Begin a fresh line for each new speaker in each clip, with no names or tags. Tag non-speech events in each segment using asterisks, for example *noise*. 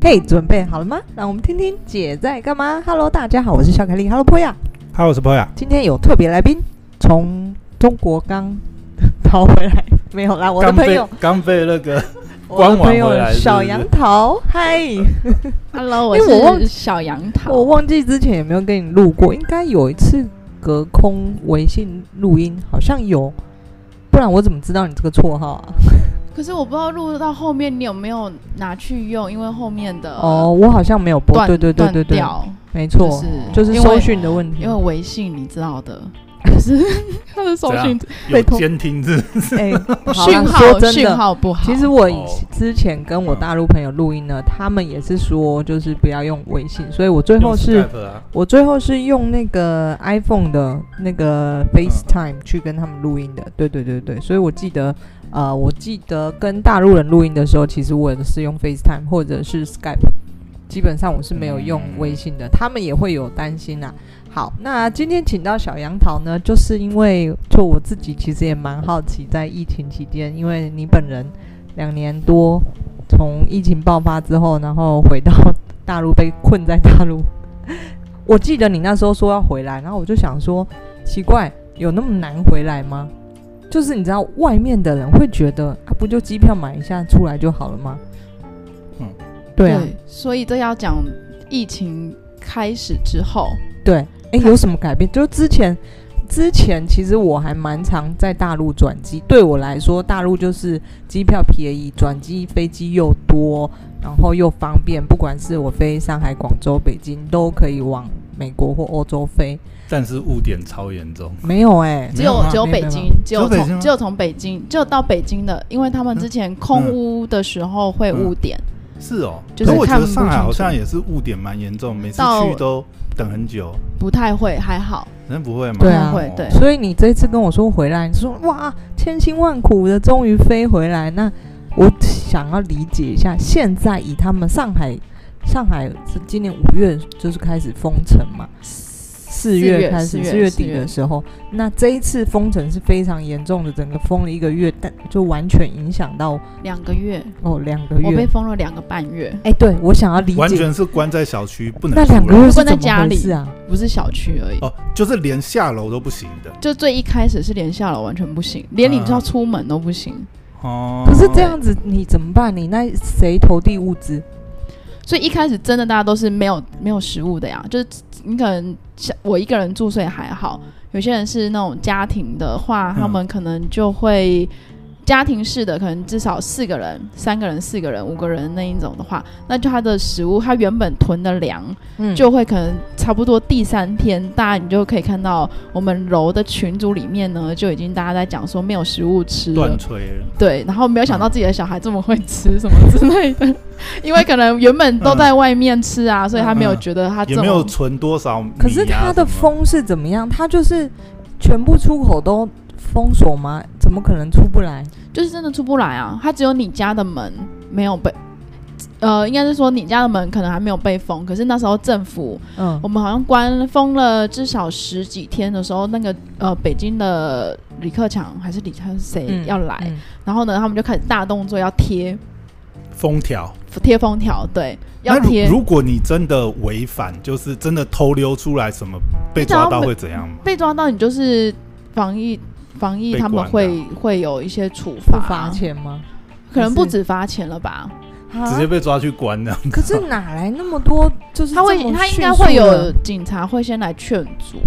嘿、准备好了吗？让我们听听姐在干嘛。Hello，大家好，我是小凯丽。Hello，波亚，
嗨，我是波雅。
今天有特别来宾，从中国刚逃回来，没有啦，我的
刚
朋
被
友，
刚被那个
我的
关完
朋
回
友
来是
小
不是
杨桃，嗨，
Hello，
因为我忘
我是小杨桃。
我忘记之前有没有跟你录过，应该有一次隔空微信录音，好像有，不然我怎么知道你这个绰号啊？
可是我不知道录到后面你有没有拿去用，因为后面的
哦，我好像没有播，
断
对对对对
呃断
对，
掉，
没
就
错，
是
就是
因
搜
为
寻的问题
因为。微信你知
*laughs*
道的，就是 *laughs* 它的搜讯
有监听是
哎，好啦
讯
说
号
真
讯
的，
号不好。
其实我以
哦
之前跟我大陆朋友录音呢，他们也是说就是不要用微信，所以我 *laughs* 最后是
Skype 啊
我最后是用那个 iPhone 的那个 FaceTime 去跟他们录音的，对对对对，所以我记得，呃，我记得跟大陆人录音的时候，其实我也是用 FaceTime 或者是 Skype，基本上我是没有用微信的，他们也会有担心啊。好，那今天请到小杨桃呢，就是因为就我自己其实也蛮好奇，在疫情期间，因为你本人两年多从疫情爆发之后，然后回到大陆被困在大陆， *laughs* 我记得你那时候说要回来，然后我就想说，奇怪，有那么难回来吗？就是你知道，外面的人会觉得啊，不就机票买一下出来就好了吗？嗯
嗯，
对啊，
所以这要讲疫情开始之后，
对，哎，有什么改变？就之前，之前其实我还蛮常在大陆转机，对我来说，大陆就是机票便宜，转机飞机又多，然后又方便，不管是我飞上海、广州、北京，都可以往美国或欧洲飞。
但是误点超严重。
没有哎、
只
没有
有
吗
只有
没
北
没
京，只
只有
有
北京吗
从只有从北京，只有到北京的，因为他们之前空
嗯
屋的时候会
嗯
误点，
是哦，
就
可
是
我觉
看
得
不
上海
清
好
楚
像也是误点蛮严重，每次
到
去都等很久，
不太会，还好。
人不会吗？
对啊
不太会对
所以你这次跟我说回来，你说哇，千辛万苦的终于飞回来，那我想要理解一下，现在以他们上海，上海是今年五月就是开始封城嘛，四月
月
开
四
始，
月
四月底
四月
的时候，那这一次封城是非常严重的，整个封了一个月，但就完全影响到
两个月，
哦两个
我被
月。
封了两个半月，
哎，对我想要理
完
解
全是关在小区不能
那
出
两个
来
月是
关在
怎么
家
回
里哦
事啊？
不是小区而已。
哦，就是连下楼都不行的
就最一开始是连下楼完全不行，连你
嗯
要出门都不行，
哦。
可是这样子你怎么办？你那谁投递物资？
所以一开始真的大家都是没有没有食物的呀。就是你可能像我一个人住，所以还好。有些人是那种家庭的话，
嗯
他们可能就会家庭式的，可能至少四个人、三个人、四个人、五个人那一种的话，那就他的食物，他原本囤的粮
嗯
就会可能差不多第三天，大家你就可以看到我们楼的群组里面呢，就已经大家在讲说没有食物吃了
断，炊了，
对，然后没有想到自己的小孩这么会吃什么之类
*laughs*
的，因为可能原本都在外面吃啊，所以他没有觉得他
嗯
这
也
么
没有存多少米啊
可是它的
什么
封是怎么样？它就是全部出口都封锁吗？怎么可能出不来？
就是真的出不来啊，他只有你家的门没有被，呃，应该是说你家的门可能还没有被封，可是那时候政府
嗯
我，们好像关封了至少十几天的时候，那个呃北京的李克强还是李还是谁
嗯
要来，
嗯
然后呢他们就开始大动作要贴
封条。
贴封条，对，要
那如
贴。
如果你真的违反，就是真的偷溜出来什么被
只要
抓到
没
会怎样吗？
被抓到，你就是防疫防疫，
被
他们
关
会会有一些处
不
罚，
罚，钱吗？
可能
还是
不止罚钱了吧？
啊
直接被抓去关了。
可是哪来那么多？就是
他会
这么
他应
迅
该
速
会有
的
警察会先来劝阻，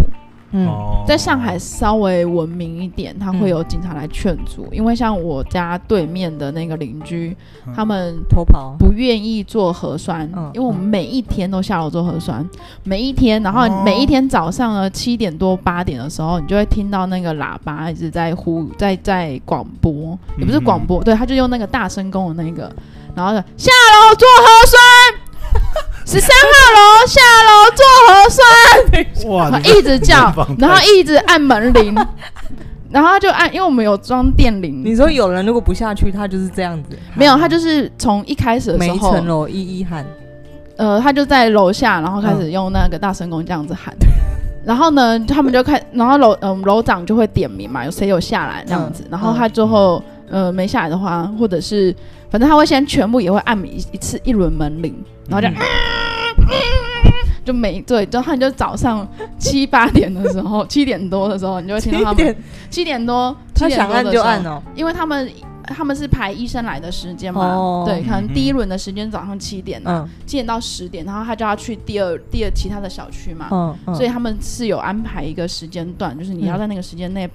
嗯
哦，嗯
在上海稍微文明一点，他会有警察来劝阻，因为像我家对面的那个邻居，
嗯
他们。
偷跑。
不愿意做核酸，
嗯
因为我们每一天都下楼做核酸，每一天，然后
哦
每一天早上呢七点多八点的时候，你就会听到那个喇叭一直在呼，在在广播，
嗯
也不是广播，对，他就用那个大声公的那个，然后就下楼做核酸， *laughs* 十三号楼下楼做核酸，
啊
哇，你
一直叫
你们放，太
然后一直按
*laughs*
门铃，然后他就按，因为我们有装电
你
铃，
说有人如果不下去，他就是这样子。
没有，他就是从一开始的
每
时
一
候
层。楼一一喊。
呃，他就在楼下，然后开
嗯
始用那个大声公这样子喊。 *laughs* 然后呢，呃他们就开，然后楼嗯、楼长就会点名嘛，有谁有下来这样子。然后他最后呃没下来的话，或者是反正他会先全部也会按一一次一轮门铃，然后
嗯
就、就没对，然后你就
*laughs*
早上七八点的时候，七点多的时候，你就会听到他
七
们
点
七点多，
他
7点
想
多的
按就
时候
按哦，
因为他们他们是排医生来的时间嘛，
哦
对，可能
嗯嗯
第一轮的时间早上七点、啊，
嗯
七点到十点，然后他就要去第二第二其他的小区嘛，
嗯嗯，
所以他们是有安排一个时间段，就是你要在那个时间
嗯
内，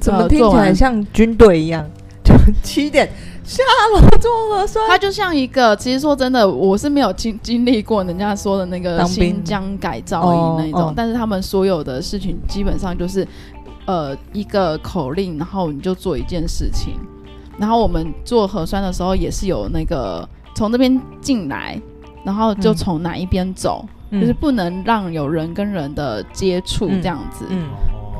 怎么
呃
听
做
起来
完
像军队一样？就七点下楼做核酸，
它就像一个，其实说真的，我是没有经经历过人家说的那个
当兵
新疆改造营那一种，
哦哦
但是他们所有的事情基本上就是，呃，一个口令，然后你就做一件事情，然后我们做核酸的时候也是有那个从这边进来，然后
嗯
就从哪一边走，
嗯
就是不能让有人跟人的接触
嗯
这样子，
嗯。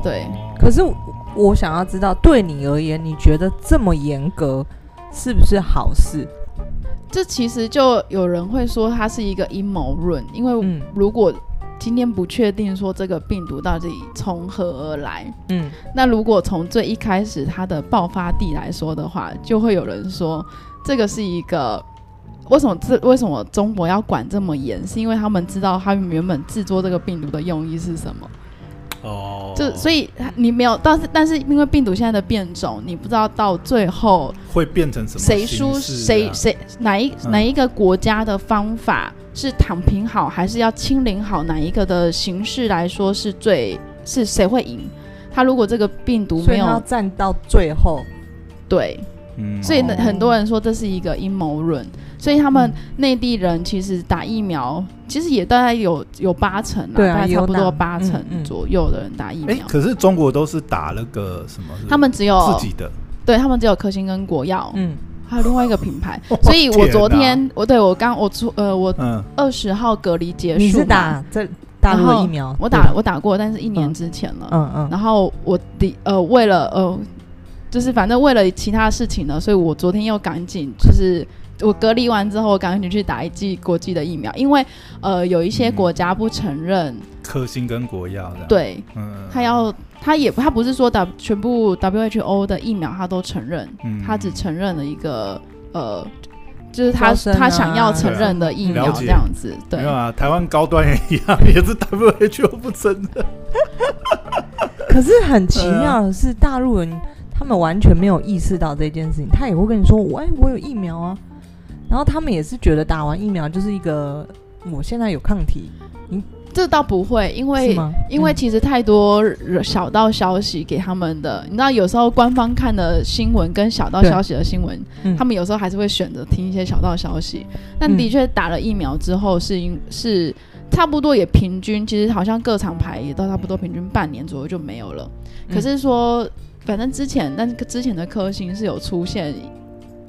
对
可是我我想要知道，对你而言，你觉得这么严格是不是好事？
这其实就有人会说它是一个阴谋论，因为
嗯
如果今天不确定说这个病毒到底从何而来，
嗯，
那如果从最一开始它的爆发地来说的话，就会有人说这个是一个。为什么这为什么中国要管这么严？是因为他们知道他们原本制作这个病毒的用意是什么。
哦，
就所以你没有，但是但是因为病毒现在的变种，你不知道到最后
会变成什么
谁
形
输
式
谁
啊
谁哪一
嗯
哪一个国家的方法是躺平好，还是要清零好？哪一个的形式来说是最是谁会赢？他如果这个病毒
所
没
以他要
有
站到最后，
对，
嗯
所以呢
哦
很多人说这是一个阴谋论，所以他们
嗯
内地人其实打疫苗，其实也大概有有八成啦，
对啊
大概
有
差不多
打
八
嗯
成
嗯
左右的人打疫
哎、
苗，
可是中国都是打那个什么？是
他们只哦有
自己的，
对他们只有科兴跟国药，
嗯，
还有另外一个品牌，所以我昨
天
天我对我刚我出呃我
嗯，
二十号隔离结束嘛，
你是打这大陆
然
的
后
疫苗？
我
对
打
吧
我打过，但是一年
嗯
之前了。
嗯嗯，
然后我的呃为了呃就是反正为了其他事情呢，所以我昨天又赶紧就是。我隔离完之后，我赶紧去打一剂国际的疫苗，因为呃，有一些
嗯
国家不承认，
科兴跟国药的，，
对
嗯，
他要他也他不是说 W 全部 WHO 的疫苗他都承认，
嗯
他只承认了一个呃，就是他、
招生啊
他想要承认的疫苗
了解
这样子，对
没有啊，台湾高端也一样，也是 WHO 不承认，
可是很奇
对啊
妙的是，大陆人他们完全没有意识到这件事情，他也会跟你说：“我哎，我有疫苗啊。”然后他们也是觉得打完疫苗就是一个我现在有抗体，
这倒不会，因
是
为
吗？
因为
嗯
其实太多人小道消息给他们的，你知道有时候官方看的新闻跟小道
对
消息的新闻，
嗯
他们有时候还是会选择听一些小道消息。但
嗯
的确打了疫苗之后是因是差不多也平均，其实好像各厂牌也都差不多平均半年左右就没有了。
嗯
可是说，反正之前但是之前的科兴是有出现。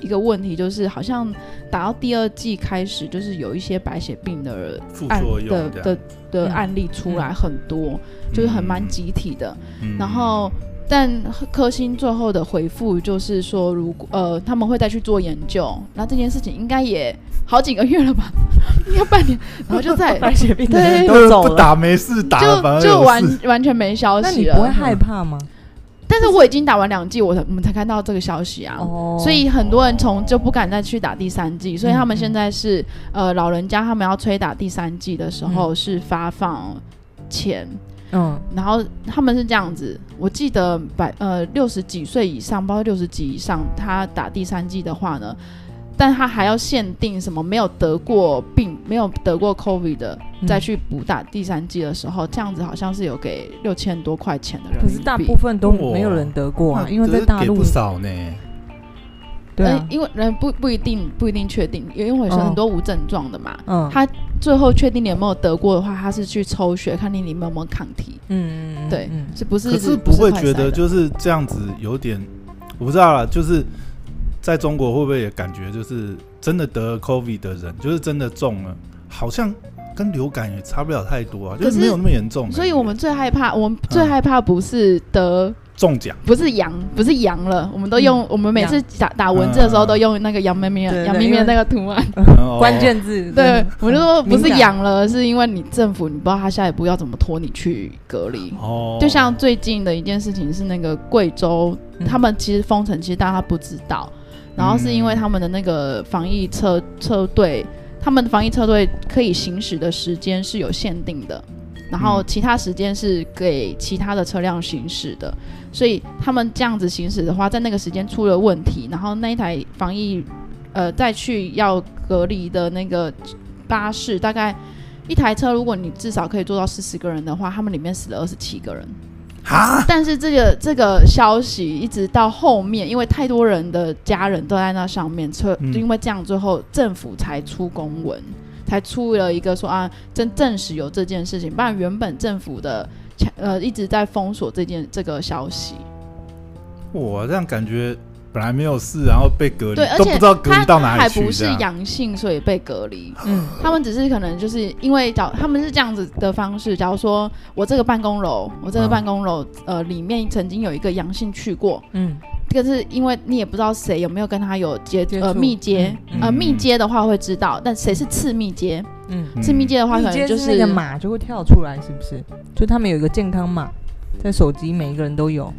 一个问题就是，好像打到第二季开始，就是有一些白血病的
副
案
作用
的
这样
的的
嗯
案例出来很多，就是很蛮集体的。
嗯
然后，但科兴最后的回复就是说，如果呃他们会再去做研究，那这件事情应该也好几个月了吧， *laughs* 应该半年，然后
*laughs*
就
嗯 *laughs*
再
白血病的
对
人
都
都
是
走
不
了，
打没事，打了反
就
而
就
有 *laughs*
完
事
完全没消
那
息
你不会
了。
害怕吗？
但是我已经打完两剂，我才我们才看到这个消息啊。
哦，嗯
所以很多人从就不敢再去打第三剂，所以他们现在是、呃老人家他们要催打第三剂的时候是发放前，
嗯
然后他们是这样子，我记得百呃六十几岁以上，包括六十几以上，他打第三剂的话呢，但他还要限定什么没有得过病、没有得过 COVID 的，
嗯
再去补打第三剂的时候，这样子好像是有给六千多块钱的人
可
民
是
币。
大部分都
哇
没有人得过啊，
那
因为
这
在大
给
陆
不少呢，
对
呃
啊，
因为人不不一定不一定确定，因为有
哦
很多无症状的嘛。
嗯
他最后确定你有没有得过的话，他是去抽血看你有没有抗体，
嗯嗯嗯
对
嗯
是不是？
可是
不
不会觉
快筛
得
的
就是这样子有点，我不知道啦，就是在中国会不会也感觉就是真的得了 COVID 的人，就是真的中了，好像跟流感也差不了太多啊，
可
就是是没有那么严重欸、
所以我们最害怕，我们最害怕不是得，
中奖，
不是阳，不是阳了，我们都用，我们每次打打文字的时候都用那个羊咩咩、
嗯对对
羊咩咩那个图案。
哦
嗯关键字嗯
对，我就说不
敏
是
感
阳了，是因为你政府你不知道他下一步要怎么拖你去隔离。
哦，
就像最近的一件事情是那个贵州，
嗯
他们其实封城，其实大家不知道，然后是因为他们的那个防疫车车队，他们的防疫车队可以行驶的时间是有限定的，然后
嗯
其他时间是给其他的车辆行驶的，所以他们这样子行驶的话，在那个时间出了问题，然后那一台防疫呃再去要隔离的那个巴士，大概一台车，如果你至少可以做到四十个人的话，他们里面死了二十七个人。
哈，
但是这个这个消息一直到后面，因为太多人的家人都在那上面，所以、
嗯
因为这样，最后政府才出公文，才出了一个说啊，证证实有这件事情，不然原本政府的呃一直在封锁这件这个消息。
我这样感觉本来没有事，然后被隔
对，
离，
而
都不
且
知道隔
他
离到哪
还
里去，
不是
这样
阳性，所以被隔离。
嗯
他们只是可能就是因为假，他们是这样子的方式。假如说我这个办公楼，我这个
嗯
办公楼、呃里面曾经有一个阳性去过，
嗯
这个是因为你也不知道谁有没有跟他有接
接
呃
触
密接，
嗯
呃
嗯
密接的话会知道，但谁是次密接？
嗯，
嗯
次密接的话可
你接
能就是
那个码就会跳出来，是不是？就他们有一个健康码，在手机每一个人都有，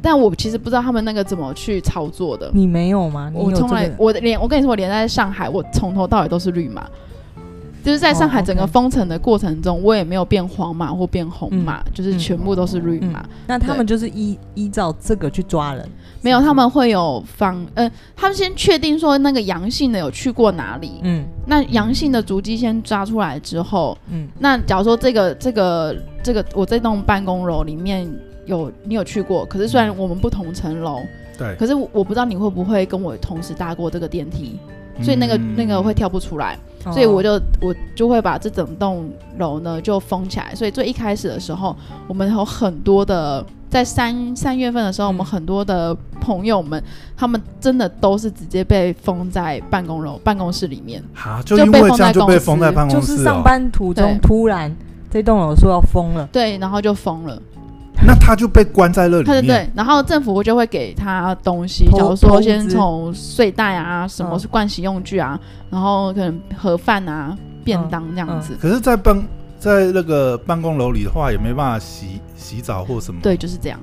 但我其实不知道他们那个怎么去操作的。
你没有嗯吗？你
我
有这
从来
个嗯
我的连我跟你说，我连在上海，我从头到尾都是绿码。就是在上海
哦，OK
整个封城的过程中，我也没有变黄码或变红码，
嗯
就是全部都是绿码。
那他
对
们就是依依照这个去抓人，
没有，他们会有防，呃，他们先确定说那个阳性的有去过哪里，
嗯
那阳性的足迹先抓出来之后，
嗯
那假如说这个这个这个我这栋办公楼里面有你有去过，可是虽然我们不同层楼，
嗯对，
可是我我不知道你会不会跟我同时搭过这个电梯，所以那个、
嗯
那个会跳不出来，
哦
所以我就我就会把这整栋楼呢就封起来。所以最一开始的时候，我们有很多的在三三月份的时候，我们
嗯
很多的朋友们，他们真的都是直接被封在办公楼办公室里面。
哈，就
就
因
被
为
封
这样
在
就
公
被
司
封在办
就
公
是
室
上
哦，
班途中
对
突然这栋楼说要封了，
对，然后就封了。
那他就被关在那里
对
面，
对对，然后政府就会给他东西，
投
假如
投
说
资
先从睡袋啊，什么
嗯
是盥洗用具啊，然后可能盒饭啊、便当这样子。
可是，在办在那个办公楼里的话，也没办法洗洗澡或什么。，
对，就是这样。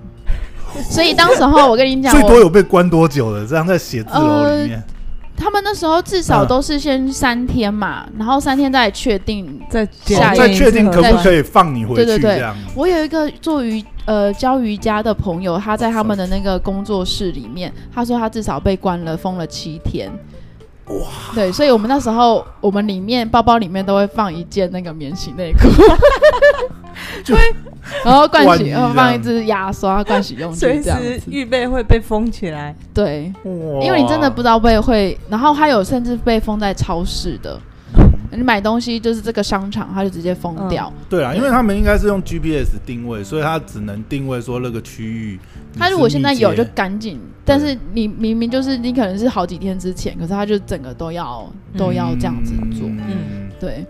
所以当时候我跟你
嗯 *laughs*
讲，
最
我
多有被关多久了？这样在写字楼里面，
他们那时候至少
嗯
都是先三天嘛，然后三天再确定。
再
呃
检
下一
再
验一
哦确
次
定
核
可不
酸
可以放你回
对
去
对对
这样。
我有一个做瑜呃教瑜伽的朋友，他在他们的那个工作室里面，他说他至少被关了封了七天。
哇！
对，所以我们那时候我们里面包包里面都会放一件那个免洗内裤，
就
对，然后盥
万一
洗
这
然
样
后放一支牙刷、盥洗用具
随
这样
时
子。
预备会被封起来，
对，因
因
为你真的不知道被会，然后还有甚至被封在超市的，你买东西就是这个商场，它就直接封掉。
对啊，因为他们应该是用 GPS 定位，所以他只能定位说那个区域。
他如果现在有就赶紧，但
对
是你明明就是你可能是好几天之前，可是他就整个都要都要这样子做，
嗯，
对，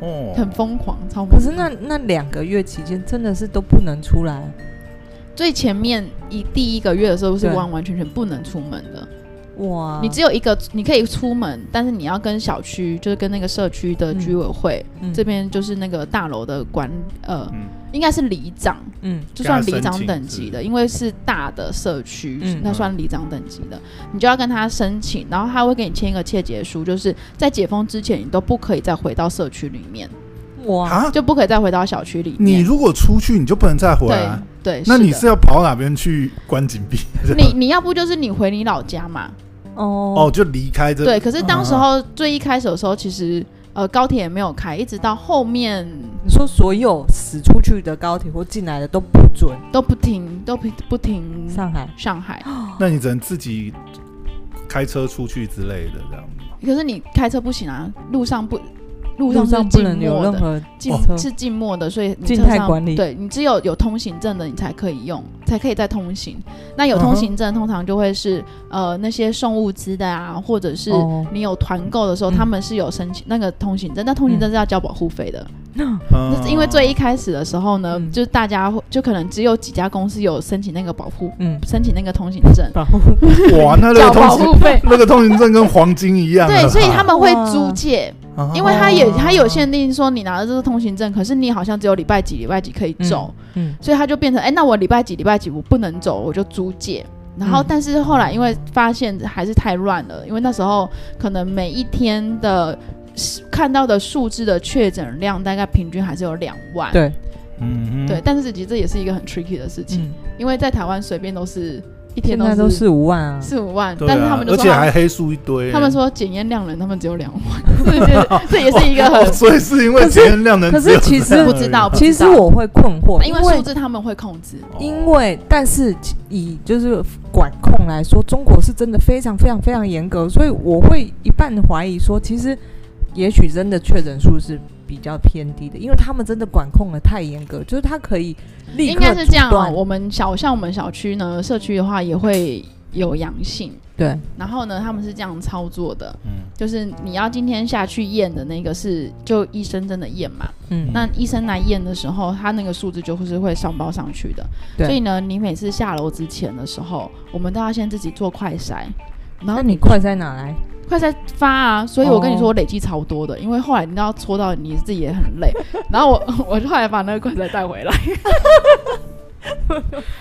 哦，
很疯狂，超疯狂
可是那那两个月期间真的是都不能出来，
最前面一第一个月的时候是
对
完完全全不能出门的，
嗯
哇！
你只有一个你可以出门，但是你要跟小区就是跟那个社区的居委会、
嗯
这边就是那个大楼的管呃、
嗯
应该是里长，
嗯
就算里
跟他申
长
请
等级
是
的，因为是大的社区，
嗯
那算里长等级的，你就要跟他申请，然后他会给你签一个切结书，就是在解封之前，你都不可以再回到社区里面，
哇，
啊，
就不可以再回到小区里
你
面。
如果出去，你就不能再回
对
来。啊
对，
那你
的
是要跑哪边去关紧闭？
你你要不就是你回你老家嘛？
哦
哦，就离开这。
对，可是当时
啊
候最一开始的时候，其实呃高铁也没有开，一直到后面
你说所有驶出去的高铁或进来的都不准，
都不停，都不不停
上海
上海。
那你只能自己开车出去之类的这样。
可是你开车不行啊，路上不路
路
上是
上不
静
能有
默
任
的，
何
静
车
是静默的，所以你
哦静
车
态
上
管理
对你只有有通行证的，你才可以用，才可以再通行。那有
嗯
通
哼
行证，通常就会是呃那些送物资的啊，或者是
哦
你有团购的时候，
嗯
他们是有申请那个通行证，但通行证是要交保护费的。那
嗯
是因为最一开始的时候呢，
嗯
就是大家会就可能只有几家公司有申请那个保护，
嗯，
申请那个通行证，
保护
哇，那那
交
个
保
通
护
行。 *laughs*
费
那个通行证跟黄金一样啊了
对，
啦，
所以他们会租
哇
借，
哦
啊
因为
*laughs*
他也他有限定说你拿了这个通行证，可是你好像只有礼拜几礼拜几可以走，
嗯
所以他就变成哎、那我礼拜几礼拜几我不能走，我就租借。然后
嗯，
但是后来因为发现还是太乱了，因为那时候可能每一天的看到的数字的确诊量大概平均还是有两万，
对
嗯哼
对，但是其实这也是一个很 tricky 的事情，
嗯，
因为在台湾随便都是一天
现在都
是
是五万啊，
四五万，
对
但是
啊
他们就
而
说
且
他
还黑数一堆，哦
他们说检验量人，他们只有两万，这
*laughs*
这这也是一个
哦，
很
哦所以是因为
可是
今天量能
可
只有
是其
*laughs*
这样
实
不知道
而已
不
其
知
实
道
我会困惑，
啊因
因
为数
为
字他们啊会控制，
哦
因为但是以就是管控来说，中国是真的非常非常非常严格，所以我会一半怀疑说，其实也许真的确诊数是比较偏低的，因为他们真的管控的太严格，就是他可以立
应
刻
该是这样、
阻
哦。
断
我们小像我们小区呢，社区的话也会有阳性，
对，
然后呢，他们是这样操作的，
嗯
就是你要今天下去验的那个是就医生真的验嘛，
嗯，
那医生来验的时候，他那个数字就是会上报上去的。
对
所以呢，你每次下楼之前的时候，我们都要先自己做快筛。然
那
后
你快在哪来？
快筛发啊！所以我跟你
哦
说，我累积超多的，因为后来你知道搓到你自己也很
*laughs*
累，然后我我就后来把那个快筛带回来，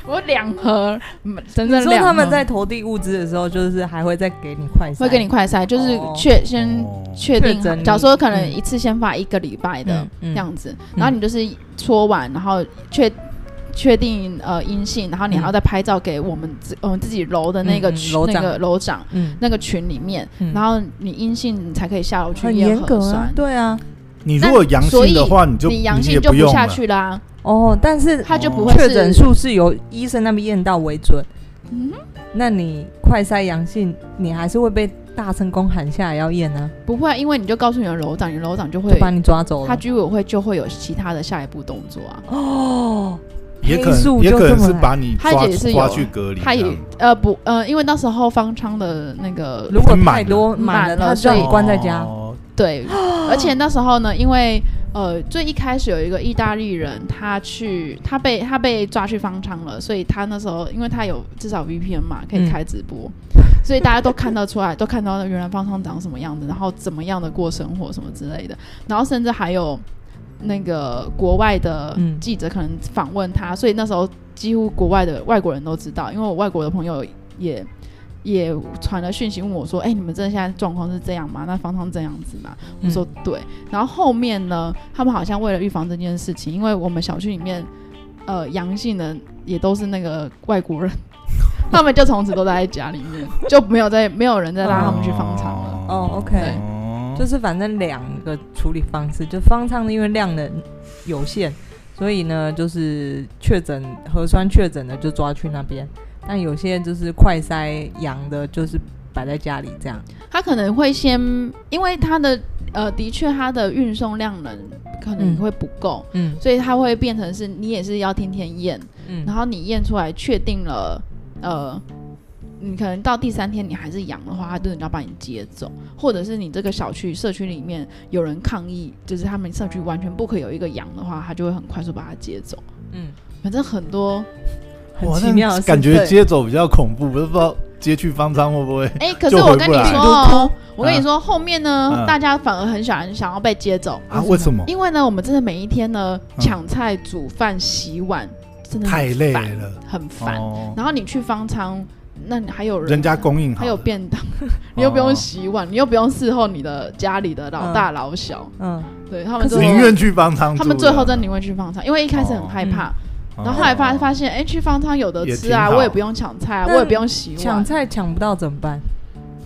我两盒，嗯整
你
整
说
两盒。
他们在投递物资的时候，就是还会再给你快筛，
会给你快筛，就是
哦
确先
哦
确
确
定好，
诊
假如说可能
嗯
一次先发一个礼拜的，
嗯
这
嗯
样子，然后你就是搓完，然后确确定呃阴性，然后你还要再拍照给我们自我们自己楼的那个
嗯嗯嗯
区
楼
那
长
个楼长
嗯，
那个群里面，
嗯
然后你阴性你才可以下楼去
很
验
严
核
格啊
酸，，
对啊，
你如果阳性的话，你就
你阳
也
性就
用
下
了
去啦，
哦，但是
他就不会
确
是
诊数是由医生那边验到为准。
嗯
那你快筛阳性，你还是会被大成功喊下来要验啊，
不会，因为你就告诉你的楼长，你楼长就会
就把你抓走
他
了。
居委会就会有其他的下一步动作啊，
哦，
也可
黑
能
素
也
就
可
这
能
么
是
来
把你
他
抓
也是
抓
有啊
去隔离这
他
样，
也呃不呃，因为那时候方舱的那个
如果
已经满
太多满
呃满
了，
了
他就
所以
要关在家。
哦
对，而且那时候呢，因为呃，最一开始有一个意大利人，他去他被他被抓去方舱了，所以他那时候因为他有至少 VPN 嘛，可以
嗯
开直播，所以大家都看得出来，都看到原来方舱长什么样子，然后怎么样的过生活什么之类的，然后甚至还有。那个国外的
嗯
记者可能访问他，所以那时候几乎国外的外国人都知道，因为我外国的朋友也也传了讯息问我说：“哎、你们真的现在状况是这样吗？那方舱这样子吗？”我说：“对。”然后后面呢，他们好像为了预防这件事情，因为我们小区里面呃阳性的也都是那个外国人， *laughs* 他们就从此都待在家里面，就没有在没有人再拉他们去方舱了。
哦，OK
哦
就是反正两个处理方式，就方舱因为量能有限，所以呢，就是确诊核酸确诊的就抓去那边，但有些就是快筛阳的，就是摆在家里这样。
他可能会先，因为他的呃，的确他的运送量能可能
嗯
会不够，
嗯
所以他会变成是你也是要天天验，
嗯
然后你验出来确定了，呃，你可能到第三天你还是阳的话，他真的要把你接走，或者是你这个小区社区里面有人抗议，就是他们社区完全不可以有一个阳的话，他就会很快速把他接走。
嗯，
反正很多，
很
哇
奇
那
妙的事
感觉
对
接走比较恐怖，不是不知道接去方舱会不会
哎、可是
就
我
回
跟
不
你
来
说
了
哦，我跟你说，后面呢，
嗯
大家反而很想想要被接走，
啊？为什么？
因为呢，我们真的每一天呢，
嗯
抢菜、煮饭、洗碗，真的很
太累
烦，
了，
很烦。
哦，
然后你去方舱，那你还有人
人家哦供应好
还有
了
便当， *laughs* 你又不用洗碗，你又不用伺候你的家里的老大老小，
嗯，
对他们
可
最
是
后
宁愿去方舱住了，
他们最后真的宁愿去方舱，因为一开始很害怕，
哦，
然后后来发发现，哎，去方舱有的吃啊，
也挺好
我也不用抢菜啊，
那
我也不用洗
抢
碗，
菜抢不到怎么办？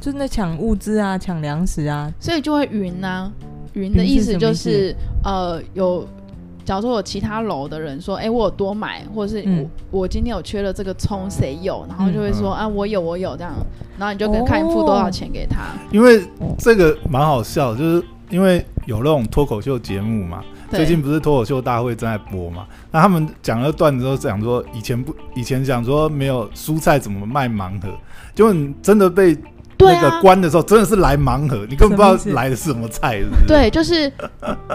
就那抢物资啊，抢粮食啊，
所以就会云呐。云的意思就
云是什么
是呃有。假如说有其他楼的人说，哎、我有多买，或者是我、
嗯
我今天有缺了这个葱，谁有？然后就会说、啊，我有，我有这样，然后你就跟
哦
看你付多少钱给他。
因为这个蛮好笑的，就是因为有那种脱口秀节目嘛，最
对
近不是脱口秀大会正在播嘛？那他们讲了段子都讲说，以前不以前讲说没有蔬菜怎么卖盲盒，结果你真的被
对
那个
啊，
关的时候，真的是来盲盒，你根本
什么
不知
意思
道来的是什么菜，是不是？
对，就是，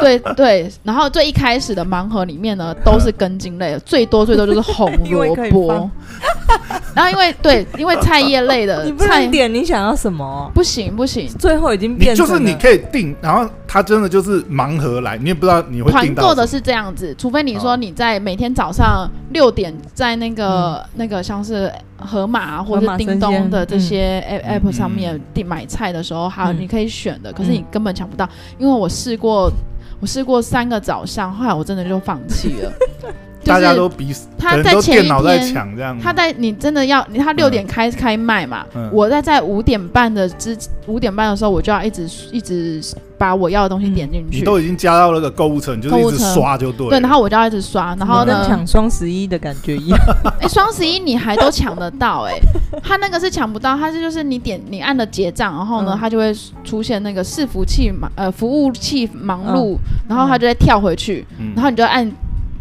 对对，然后最一开始的盲盒里面呢，都是根
*laughs*
茎类的，最多最多就是红
因为
萝
可以
卜
放。
*laughs* 然后因为对，因为菜叶类
*laughs*
的
你不
呃菜
能点你想要什么，哦
不行不行，
最后已经
你
变
就
成
是你
了
可以订，然后它真的就是盲盒来，你也不知道你会
团
订到
购
什么
的是这样子，除非你说你在每天早上六点在那个、那个像是盒马啊
嗯
或
盒
者
马
叮
生
咚
鲜
的这些 app
嗯
app 上面订买菜的时候，还有
嗯
你可以选的，可是你根本抢不到，因为我试过，我试过三个早上，后来我真的就放弃
*laughs*
了。就
大家
是
都比死，
他
可能
在
都
前
电
一
脑在
天
抢这样子。
他在你真的要你他六点开、开卖嘛，
嗯
我在在五点半的之五点半的时候，我就要一直一直把我要的东西点进
嗯你
去。
都已经加到那个购物车，你就是
购
一
物
直
车
刷就对了。
对，然后我就要一直刷，然后
跟
呢，
抢双十一的感觉一
*laughs*
样，
哎、双十一你还都抢得到哎、 *laughs* 他那个是抢不到，他是就是你点你按了结账，然后呢，
嗯
他就会出现那个伺服器忙呃服务器忙碌，然后他就会跳回去，
嗯
然后你就按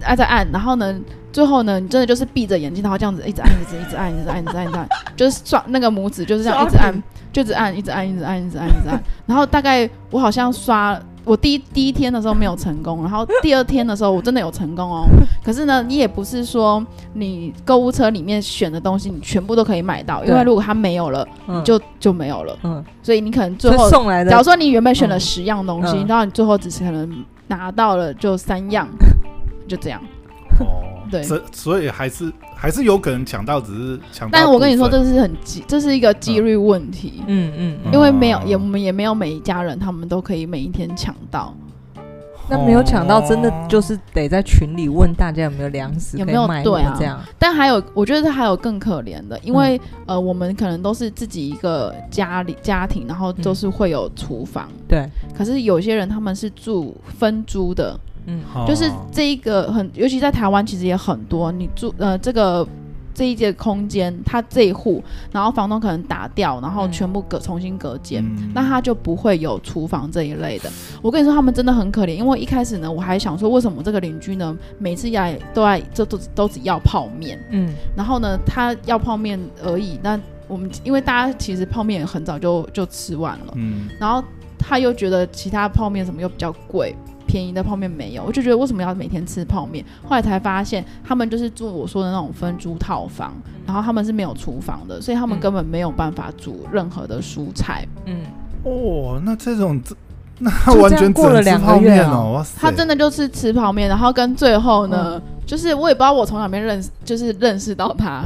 按再按，然后呢，最后呢，你真的就是闭着眼睛，然后这样子一直按，一直一直按，一直按，一直按，一直按，就是双那个拇指就是这样一直按，就一直按，一直按，一直按，一直按，一直按，然后大概我好像刷。我第一第一天的时候没有成功，然后第二天的时候我真的有成功哦。可是呢，你也不是说你购物车里面选的东西你全部都可以买到，因为
对
如果它没有了，
嗯
就就没有了。
嗯，
所以你可能最
所以
后
送来的
假如说你原本选了
嗯
十样东西，
嗯
然后你最后只是可能拿到了就三样，就这样。
哦，
*laughs* 对
所所以还是还是有可能抢到，只是抢到部分。
但我跟你说，这是很机，这是一个几率问题，
嗯嗯嗯，
因为没有，也我
哦
们也没有每一家人他们都可以每一天抢到，
那没有抢到，真的
哦
就是得在群里问大家有没有粮食
有
可
没有
以卖，
对啊
这样，
但还有，我觉得还有更可怜的，因
嗯
为、呃，我们可能都是自己一个家里家庭，然后都是会有厨房，
嗯对，
可是有些人他们是住分租的，
嗯，
哦
就是这一个很，尤其在台湾其实也很多，你住呃这个这一间空间，它这一户，然后房东可能打掉，然后
嗯
全部隔重新隔间。
嗯
那他就不会有厨房这一类的。我跟你说，他们真的很可怜，因为一开始呢，我还想说，为什么我这个邻居呢，每次来都爱这都都只要泡面，
嗯，
然后呢，他要泡面而已。那我们因为大家其实泡面也很早就就吃完了，
嗯
然后他又觉得其他泡面什么又比较贵，便宜的泡面没有，我就觉得为什么要每天吃泡面？后来才发现他们就是住我说的那种分租套房，然后他们是没有厨房的，所以他们
嗯
根本没有办法煮任何的蔬菜。
嗯，
哦，那这种这那
就这样
完全
过了两个
整只泡面
月啊
哦，哇塞，
他真的就是吃泡面，然后跟最后
嗯
呢，就是我也不知道我从哪边认识，就是认识到他，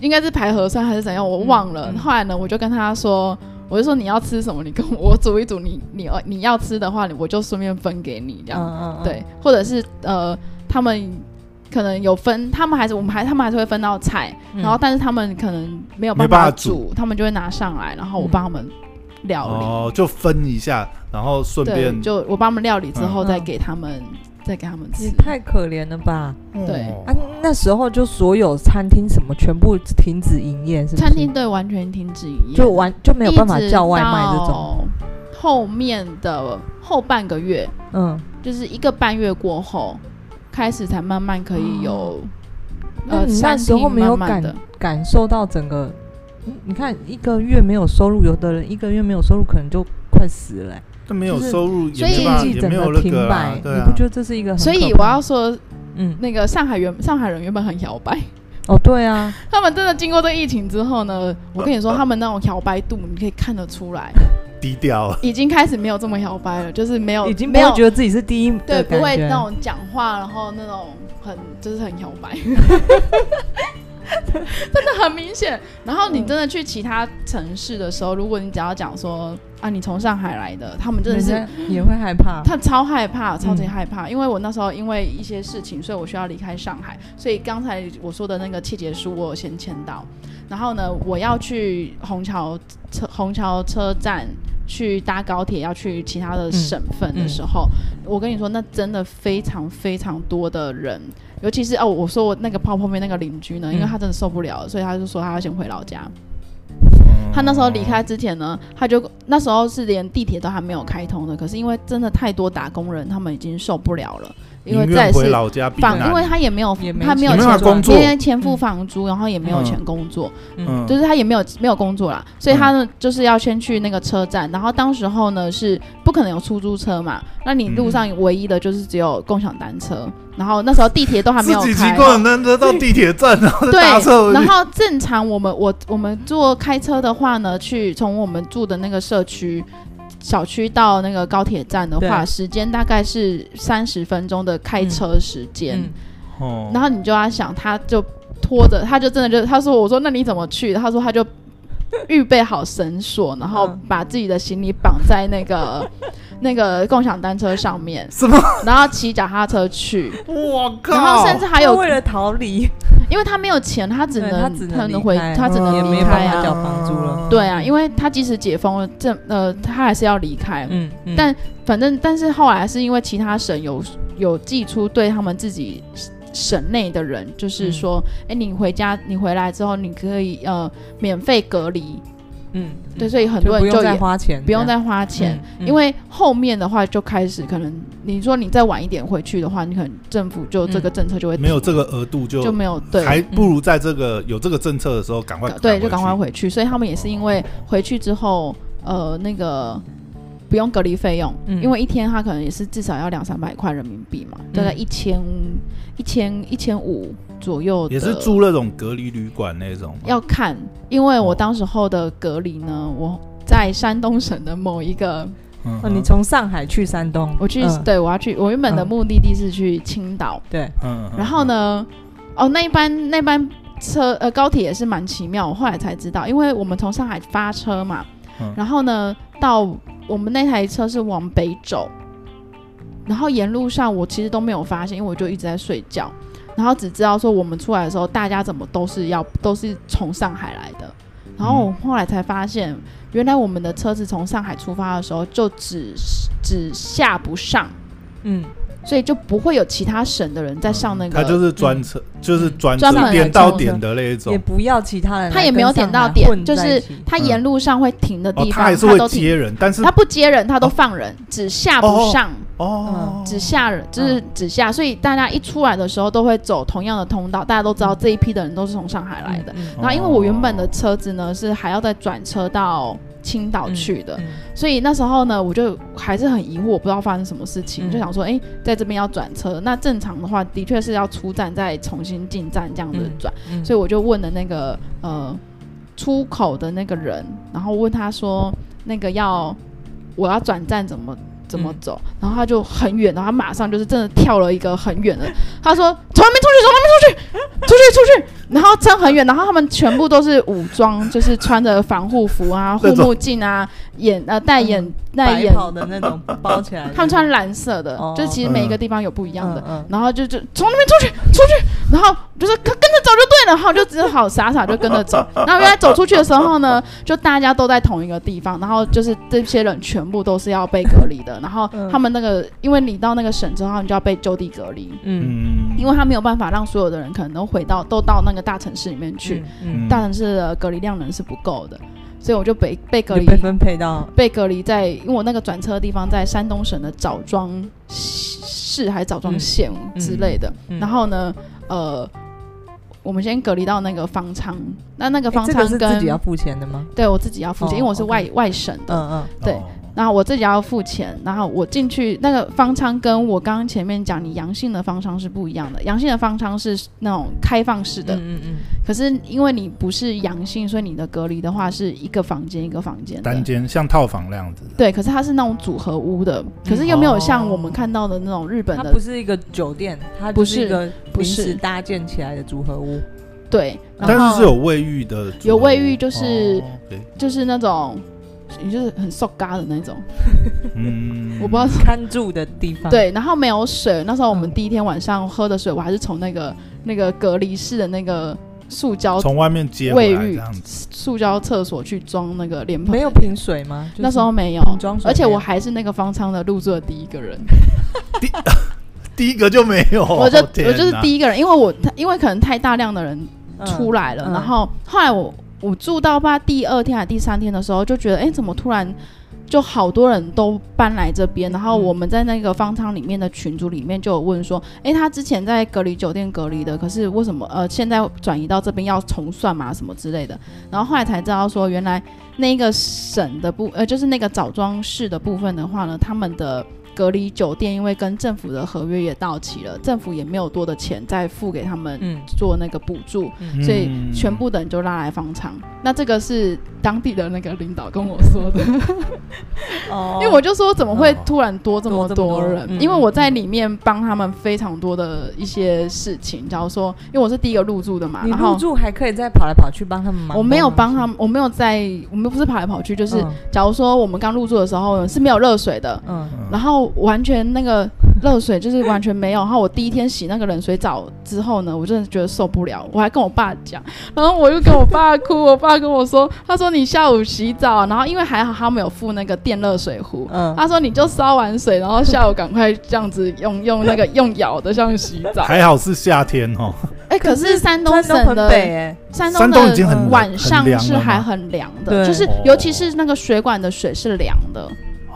应该是排核酸还是怎样，我忘了。
嗯嗯
后来呢，我就跟他说。我就说你要吃什么，你跟我我煮一煮，你你你要吃的话，你我就顺便分给你这样子
嗯嗯，
对，或者是呃，他们可能有分，他们还是我们还他们还是会分到菜，
嗯，
然后但是他们可能没有
没
办
办法
煮，他们就会拿上来，然后我
嗯
帮他们料理，
哦，就分一下，然后顺
对，
便
就我帮他们料理之后
嗯
再
嗯
给他们、再给他们
也
吃。
太可怜了吧！
对
哦
啊，那时候就所有餐厅什么全部停止营业，是不是？
餐厅对完全停止营业，
就完就没有办法叫外卖这种，
种。后面的后半个月，
嗯，
就是一个半月过后，开始才慢慢可以有。
那
呃，
你哦那
餐
时候
厅
没有
慢慢
感
的
感受到整个，嗯你看一个月没有收入，有的人一个月没有收入可能就快死了、欸，
但没有
就是
收入，也
所以
没办法，
经济
也
整
没有
个
那
停
个啊
摆，，
对
你
啊
不觉得这是一个很可
所
怕？
以我要说，
嗯，
那个上海原上海人原本很摇摆，
哦对啊，
他们真的经过这疫情之后呢，我跟你说，他们那种摇摆度，你可以看得出来，
低调，
已经开始没有这么摇摆了，就是没有
已经不
没有
会觉得自己是第一的
哦对，不会
感觉
那种讲话，然后那种很就是很摇摆，真的很明显。然后你真的去其他城市的时候，如果你只要讲说啊，你从上海来的，他们真的
人
是
家也会害怕，
他超害怕，超级
嗯
害怕，因为我那时候因为一些事情，所以我需要离开上海，所以刚才我说的那个切结书我有先签到，然后呢，我要去虹桥车虹桥车站去搭高铁，要去其他的省份的时
嗯
候，我跟你说，那真的非常非常多的人，尤其是哦，我说我那个泡泡面那个邻居呢，因为
嗯
他真的受不了了，所以他就说他要先回老家，他那时候离
嗯
开之前呢，他就那时候是连地铁都还没有开通的，可是因为真的太多打工人，他们已经受不了了，因为
宁愿
再
回
是
老家避
房，因为
难，
他也没有
也没
他没有
钱
钱
没办法工作
因为钱付房租，然后也没有钱工作，
嗯
就是他也没有没有工作啦，所以他
嗯
呢就是要先去那个车站，然后当时候呢是不可能有出租车嘛，那你路上
嗯
唯一的就是只有共享单车，然后那时候地铁都还没有
自己骑
开。
共享单车到地铁站，然后再
对
搭车回，去
然后正常我们我我们坐开车的话呢，去从我们住的那个社区小区到那个高铁站的话，
对
时间大概是三十分钟的开车时间。
嗯
哦
然后你就要想，他就拖着，他就真的就他说，我说那你怎么去？他说他就预备好绳索，然后
嗯
把自己的行李绑在那个那个共享单车上面，
什么？
然后骑脚踏车去，
我
然后
靠！
甚至还有
他，为了逃离，
因为他没有钱，他只
对
能
他只能离
回
开，嗯
他只
也
能
没
离
有
开
办法
啊
交，嗯房租了
对啊，因为他即使解封了，这呃他还是要离开，
嗯，嗯
但反正，但是后来是因为其他省有有寄出对他们自己省内的人，就是说，
嗯
哎、你回家，你回来之后，你可以呃免费隔离，
嗯，嗯
对，所以很
就
多
不
人
用
就
再
也
花钱，
不用再花钱，
嗯，嗯
因为后面的话就开始可能你说你再晚一点回去的话，你可能政府就这个政策就会
嗯没有这个额度
就
就
没有对
还不如在这个有这个政策的时候赶快
对，就赶快
回
回去，所以他们也是因为回去之后，呃，那个不用隔离费用，
嗯
因为一天他可能也是至少要两三百块人民币嘛，大概
嗯
一千一千一千五左右
去也
的，嗯
是住哦那种隔离旅馆那种吗，
要看，因为我当时候的隔离呢，我在山东省的某一个，
嗯
哦，你从上海去山东，
我去，
嗯
对我要去，我原本的
嗯
目的地是去青岛，
对，
嗯
然后？呢，哦，那一班那班车呃高铁也是蛮奇妙，我后来才知道，因为我们从上海发车嘛，
嗯
然后呢到我们那台车是往北走，然后沿路上我其实都没有发现，因为我就一直在睡觉，然后只知道说我们出来的时候大家怎么都是要都是从上海来的。然后我后来才发现，原来我们的车子从上海出发的时候，就只只下不上，
嗯，
所以就不会有其他省的人在上那个。
嗯
嗯
他就是专车，就是专
专门
车
来
点到
坐
点的那一
也
种，
不要其他人来跟上海混在一起，
他也没有点到点，就是
嗯
他沿路上会停的
哦，
地
他
方，
还是
他
会
都停。
接人，但是
他不接人，他都放人，只下不上，
哦，
嗯只下人，就是只下。所以大家一出来的时候都会走同样的通道，大家都知道这一批的人都是从上海来的。
嗯
然后因为我原本
哦
的车子呢是还要再转车到青岛去的，
嗯
所以那时候呢我就还是很疑惑，我不知道发生什么事情，
嗯
就想说，哎，在这边要转车，那正常的话的确是要出站再重新进站这样子转。
嗯
所以我就问了那个呃出口的那个人，然后问他说那个要我要转站怎么怎么
嗯
走，然后他就很远，然后他马上就是真的跳了一个很远的，他说从那边出去，从那边出去，出去出去，然后真很远，然后他们全部都是武装，就是穿着防护服啊、护
那种
目镜啊、眼呃戴眼戴
嗯白
眼，
袍的那
*laughs*
种包起来，
他们穿蓝色的，
哦
就其实每一个地方有不一
一
样的，
嗯
然后就就从那边出去出去，然后就是跟跟着走就对了，然后就只好傻傻就跟
*laughs*
着走。然后原来走出去的时候呢，就大家都在同一个地方，然后就是这些人全部都是要被隔离
*laughs*
的。然后
嗯
他们那个，因为你到那个省之后，你就要被就地隔离，
嗯
嗯，
因为他没有办法让所有的人可能都回到都到那个大城市里面去，，
嗯
大城市的隔离量能是不够的，所以我就被被隔
嗯，
离
你被分配到
被隔离在，因为我那个转车的地方在山东省的枣庄市还是枣庄县之类的。
嗯
然后呢，呃，我们先隔离到那个方舱，那那个
诶
方
这个
舱
是
跟、
自己要付钱的吗？
对我自己要付钱，
哦
因为我是外
OK
外省的，
嗯嗯，
对
哦
然后我自己要付钱，然后我进去那个方舱跟我刚刚前面讲你阳性的方舱是不一样的，阳性的方舱是那种开放式的，
嗯嗯
可是因为你不是阳性，所以你的隔离的话是一个房间一个房间的
单。间像套房那样子，
对，可是它是那种组合屋的，可是又没有像我们看到的那种日
嗯，
本
它
的
不是一个酒店，它
不
就是一个
不
临
是
时搭建起来的组合屋，
对，然
但
后
是是有卫浴的，
嗯哦有卫浴就是
哦，OK，
就是那种，你就是很瘦嘎的那种，
嗯，
我不知道是。
看住的地方。，
对，然后没有水。那时候我们
嗯
第一天晚上喝的水，我还是从那个那个隔离室的那个塑胶
从外面接
卫
回来
浴
这样子，
塑胶厕所去装那个莲蓬。
没有瓶水吗？就是
那时候没有
瓶装，水啊
而且
没有
我还是那个方舱的入住的第一个人，
第一个就没有，
我就我
天
就是
哪
第一个人，因为我因为可能太大量的人
嗯
出来了，
嗯
然后后来我我住到吧第二天还第三天的时候，就觉得哎、诶怎么突然就好多人都搬来这边？然后我们在那个方舱里面的群组里面就有问说，哎、他之前在隔离酒店隔离的，可是为什么呃现在转移到这边要重算嘛什么之类的？然后后来才知道说，原来那个省的部呃就是那个枣庄市的部分的话呢，他们的。隔离酒店因为跟政府的合约也到期了，政府也没有多的钱再付给他们
嗯，
做那个补助，
嗯
所以全部的人就拉来方舱。那这个是当地的那个领导跟我说的，
哦
因为我就说怎么会突然多这么
多
多
这么多
人？
嗯
因为我在里面帮他们非常多的一些事情，假如说，因为我是第一个入住的嘛，
你
然
入
后
住还可以再跑来跑去帮他们忙，
我没有帮他们，我没有在，我们不是跑来跑去，就
就是
假如说我们刚入住的时候是没有热水的，
嗯
然后完全那个热水就是完全没有。然后我第一天洗那个冷水澡之后呢，我真的觉得受不了，我还跟我爸讲，然后我又跟我爸哭，我爸跟我说，他说你下午洗澡，然后因为还好他没有附那个电热水壶。
嗯，
他说：“你就烧完水，然后下午赶快这样子用用那个用舀的，像洗澡。
还好是夏天哦，
哎、可是山东
山东
省
很
的
北哎，
山
山东
的
已经很
晚上
很凉
是
了吗
还很凉的，
对
就是尤其是那个水管的水是凉的。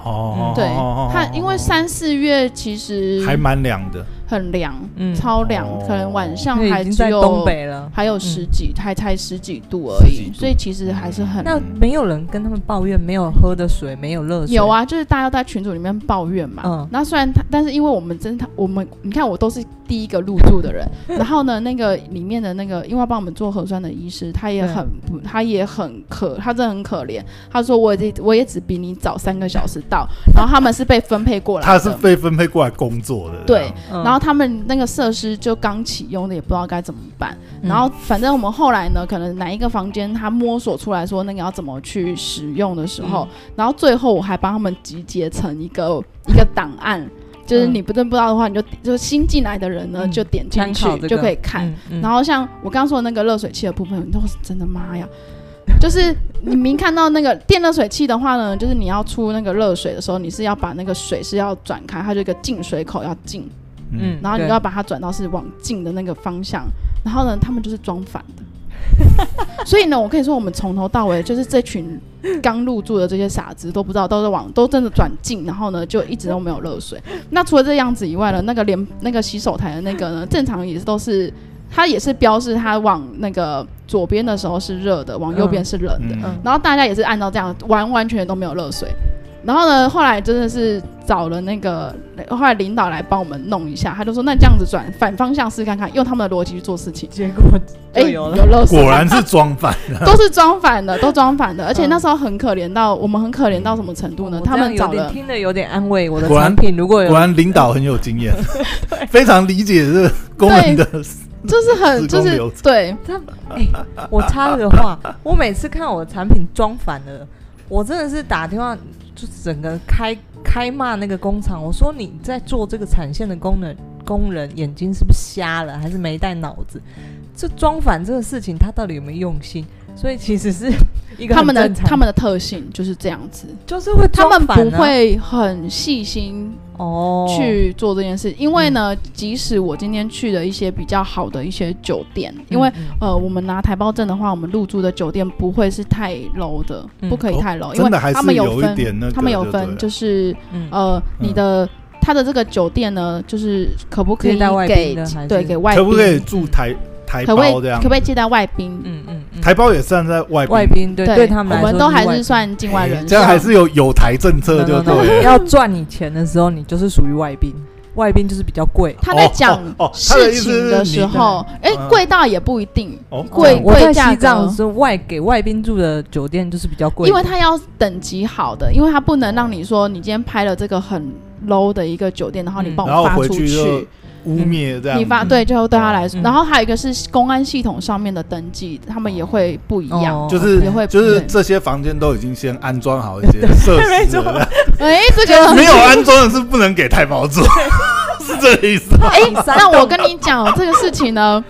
哦，
对，它因为三四月其实
还蛮凉的，
很凉，
嗯
超凉，
哦
可能晚上
因为
还
已经
只
在东
有
北嗯了。
还有十几，还才十几度而
十几
已，
度
所以其实还是很。
那没有人跟他们抱怨没有喝的水，没有热水，
有，啊，就是大家都在群组里面抱怨嘛。
嗯
那虽然他，但是因为我们真的，我们你看我都是第一个入住的人，
嗯
然后呢，那个里面的那个因为要帮我们做核酸的医师，他也
对
很不，他也很可，他真的很可怜。他说我也我也只比你早三个小时到，然后他们是被分配过来的，
他是嗯被分配过来工作的，
对，
嗯
然后他们那个设施就刚启用的，也不知道该怎么办。
嗯
然后反正我们后来呢，可能哪一个房间他摸索出来说那个要怎么去使用的时候，
嗯
然后最后我还帮他们集结成一个一个档案，就是
嗯
你不真不知道的话，你就就新进来的人呢、
嗯
就点进
参
去、
考这个
就可以看。
嗯嗯
然后像我刚刚说的那个热水器的部分，都是真的妈呀！就是你明看到那个电热水器的话呢，就是你要出那个热水的时候，你是要把那个水是要转开，它就有一个进水口要进，
嗯，
然后你
对
就要把它转到是往近的那个方向，然后呢，他们就是装反的。所以呢，我可以说，我们从头到尾就是这群刚入住的这些傻子都不知道，都是往都真的转进，然后呢，就一直都没有热水。那除了这样子以外呢，那个连那个洗手台的那个呢，正常也是都是。它也是标示，它往那个左边的时候是热的，往右边是冷的。
嗯
嗯
然后大家也是按照这样，完完全全都没有热水。然后呢，后来真的是找了那个，后来领导来帮我们弄一下，他就说那这样子转反方向试看看，用他们的逻辑去做事
*laughs*
情，
结果
哎，
就有了，
热水，
果然是装扮，
*laughs* 都是装反的，都装反的，而且
嗯
那时候很可怜到我们很可怜到什么程度呢？
我
他
这样
们找
有点
了。
听的有点安慰我的
果然
产品，如果有
果然领导很有经验，非常理解这个工人的，
就是很
自
就
宫
是
流程
对，
他哎、我插个话，我每次看我的产品装反了，我真的是打电话就整个开开骂那个工厂，我说你在做这个产线的工人工人眼睛是不是瞎了，还是没带脑子？这装反这个事情，他到底有没有用心？所以其实是
*laughs*
一个
他们的
很正常
他们的特性就是这样子，
就是会
他
装
们
反啊
不会很细心
哦嗯
去做这件事，因为呢，即使我今天去了一些比较好的一些酒店，因为
嗯
呃，我们拿台胞证的话，我们入住的酒店不会是太 low 的，
嗯
不可以太 low，、
哦
因为
真的还是
他们
有一
分，
点那个
他们有
就对
分，
了
就是
嗯
呃，你的他的这个酒店呢，就是可不可以
接待外宾
给
的还是
对给外
可
宾，
不可以住台台
可不可以
胞这样
可不？可以接待外宾？
嗯嗯嗯，
台胞也算在外
外
宾，
宾对对他们来
我
说
们都还
外
是算境外人，
嗯这样还是有有台政策
No,
就
no,
对
no，
了。
要赚你钱的时候，你就是属于外宾，外宾就是比较贵。
他在
哦
讲
哦哦他的
事
意思
情
是
的
你
时候，哎，
嗯
贵到也不一定，
哦
贵
嗯我在
价
西
格
藏是外给外宾住的酒店就是比较贵的，
因为它要等级好的，因为它不能让你说你今天拍了这个很 low 的一个酒店，然后你
嗯
帮
然后
我发
回
出
去就污蔑这样，
你发对，最后对他来说，
嗯
然后还有一个是公安系统上面的登记，他们也会不一样。
哦
就是
也会
就是
对
这些房间都已经先安装好一
*laughs*
些设
没
施
错
了，
哎，这个
*laughs*
没有安装的是不能给太保
*laughs*
住，是这个意思。
哎，
山
那
洞
*laughs* 我跟你讲这个事情呢，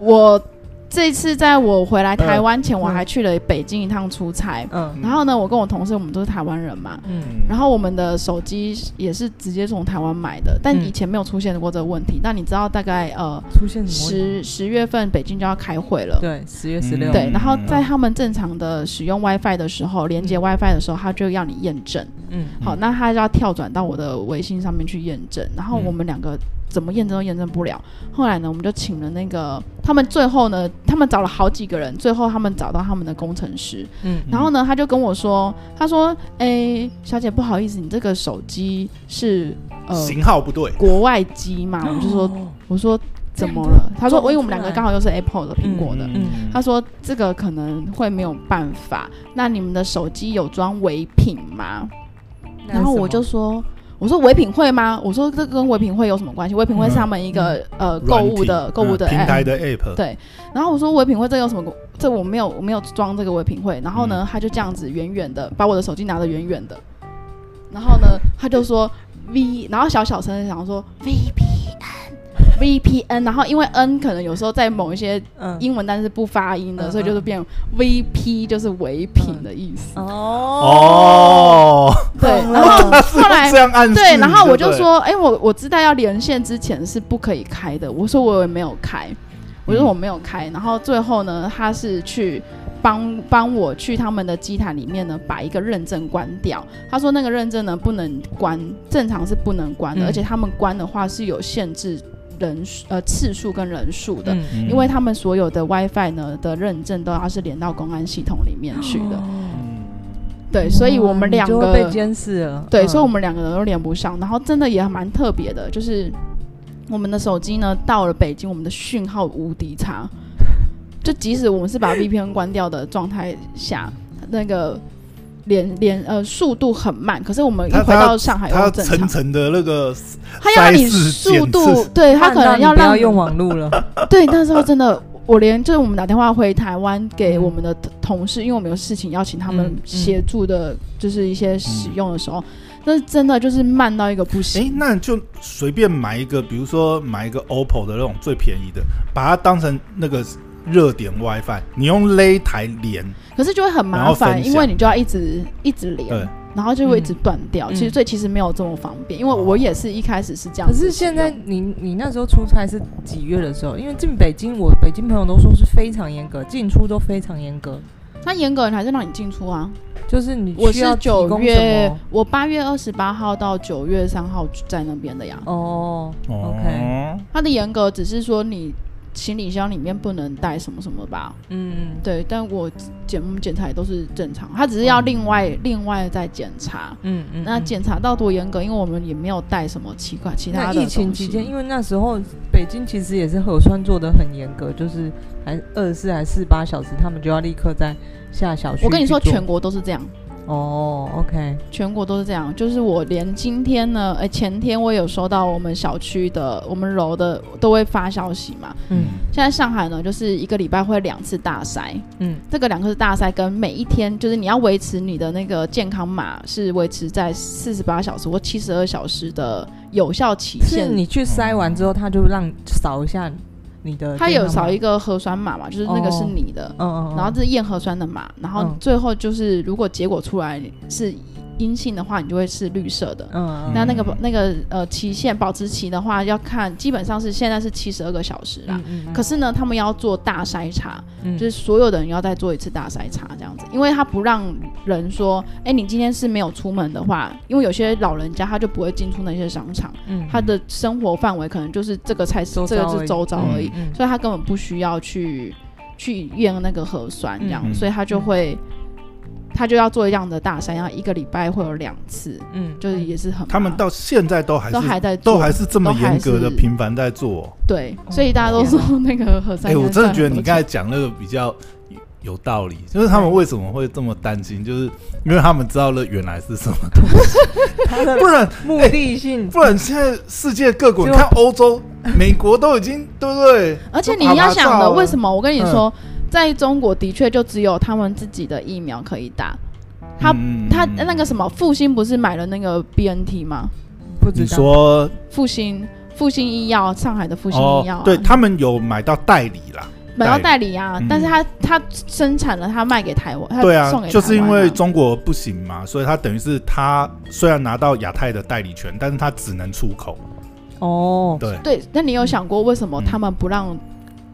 我。这一次在我回来台湾前，我
嗯
还去了北京一趟出差。
嗯
然后呢，我跟我同事，我们都是台湾人嘛，
嗯
然后我们的手机也是直接从台湾买的，但
嗯
以前没有出现过这个问题。那你知道大概呃
出现什么问题
十十月份北京就要开会了，
对十月十六
嗯
对，然后在他们正常的使用 WiFi 的时候，连接 WiFi 的时候，他就要你验证。
嗯
好，那他就要跳转到我的微信上面去验证，然后
嗯
我们两个怎么验证都验证不了。后来呢，我们就请了那个他们最后呢，他们找了好几个人，最后他们找到他们的工程师，
嗯
然后呢，他就跟我说，他说：“哎、小姐，不好意思，你这个手机是呃
型号不对，
国外机嘛？”我
*gasps*
就说：“
哦
我说怎么了？”他说：“因为我们两个刚好又是 Apple 的苹果的。
嗯
他说：“这个可能会没有办法。那你们的手机有装唯品吗？”然后我就说：“我说唯品会吗？我说这跟唯品会有什么关系？唯品会是他们一个、呃购物的购物的 app,
嗯平台的 app，
对。然后我说唯品会这有什么关？这我没有我没有装这个唯品会。然后呢，
嗯
他就这样子远远的把我的手机拿得远远的。然后呢，他就说 V，然后小小声地想说 VPN。VPN，然后因为 N 可能有时候在某一些
嗯
英文单是不发音的，
嗯
所以就是
嗯
变 VP，就是唯品的意思。
哦
哦，
对，
懂
然后
了
后来
*laughs* 这样暗示你
对，然后我
对
就
不对，
说，哎、我我知道要连线之前是不可以开的，我说我也没有开，我说我没有开，然后最后呢，他是去。帮帮我去他们的机台里面呢，把一个认证关掉。他说那个认证呢不能关，正常是不能关的，
嗯
而且他们关的话是有限制人数呃次数跟人数的，
嗯
嗯
因为他们所有的 WiFi 呢的认证都要是连到公安系统里面去
哦
的。对，所以我们两
哇
个
嗯你就会被监视了
对，
嗯
所以我们两个人都连不上，然后真的也蛮特别的，就是我们的手机呢到了北京，我们的讯号无敌差，就即使我们是把 VPN 关掉的状态下，那个连连呃速度很慢，可是我们一
他
回到上海
他
又
要
哎正
层
常，
层的那个
他要让你
塞式
速
检
度
测，
对他可能
看到
要
你不
让
要
你
用网络了，
对，那时候真的，我连就是我们打电话回台湾
嗯
给我们的同事，因为我们有事情要请他们
嗯嗯
协助的，就是一些
嗯
使用的时候，那真的就是慢到一个不
哎
行。，
那你就随便买一个，比如说买一个 OPPO 的那种最便宜的，把它当成那个热点 WiFi，你用勒台连，
可是就会很
然
麻
后分
烦，
享
因为你就要一直一直
对
连，然后就会一直断掉。
嗯
其实最其实没有这么方便，因为
哦
我也是一开始是这样
可
子使用。
是现在你你那时候出差是几月的时候？因为进北京，我北京朋友都说是非常严格，进出都非常严格，
他严格还是让你进出啊。
就是你
我
需
是
要提
九
供
月
什么，
我八月二十八号到九月三号在那边的呀。
哦，
哦
OK
他的严格只是说你行李箱里面不能带什么什么吧。
嗯，
对，但我检我们检查也都是正常，他只是要另外、另外再检查。
哦嗯嗯，
那
嗯
检查到多严格？因为我们也没有带什么奇怪其他
那
的
疫情
东
期
西
间，因为那时候北京其实也是核酸做的很严格，就是还二十四还四十八小时，他们就要立刻在下小区去做。
我跟你说，全国都是这样，
哦，OK，
全国都是这样。就是我连今天呢，哎、前天我有收到我们小区的、我们楼的都会发消息嘛。
嗯
现在上海呢，就是一个礼拜会两次大筛，
嗯
这个两次大筛跟每一天，就是你要维持你的那个健康码是维持在四十八小时或七十二小时的有效期
是
限
你去筛完之后，他就让扫一下你的，
它有少一，个核酸码嘛，就是那个
哦
是你的，
嗯嗯，嗯
然后这是验核酸的码，然后
嗯
最后就是如果结果出来是阴性的话，你就会是绿色的。
嗯
那
嗯
那个那个呃期限保质期的话，要看基本上是现在是七十二个小时啦。
嗯嗯
可是呢，他们要做大筛查，
嗯
就是所有的人要再做一次大筛查，这样子，因为他不让人说，哎，你今天是没有出门的话，因为有些老人家他就不会进出那些商场，
嗯
他的生活范围可能就是这个菜市，
周
这
遭
个
而
是
已
周遭而已，
嗯
所以他根本不需要去去验那个核酸这样，
嗯
所以他就会他就要做这样的大筛，然后一个礼拜会有两次，
嗯
就是也是很
他们
麻
到现在都还是
都还在做
都还是这么严格
都
的
还是
频繁在做哦、
对，所以大家都说那个核
哎、
酸，
我真的觉得你刚才讲那个比较有有道理，就是他们为什么会这么担心，就是因为他们知道了原来是什
*laughs*
么，
他的
不然
目的性，
不然现在世界各国，
就
你看欧洲、美国都已经对不对？
而且你
都爬爬
要想
照
的，
了嗯
为什么我跟你说，在中国的确就只有他们自己的疫苗可以打。他
嗯
他那个什么复兴不是买了那个 BNT 吗？
不知
你
道
说
复兴复兴医药，上海的复兴
哦
医药啊、，
对他们有买到代理啦，
美国代理啊，
嗯
但是他他生产了，他卖给台湾，他
对啊
送，给
就是
台湾
因
啊
为中国不行嘛，所以他等于是他虽然拿到亚太的代理权，但是他只能出口。
哦，
对，
对，那你有想过为什么
嗯
他们不让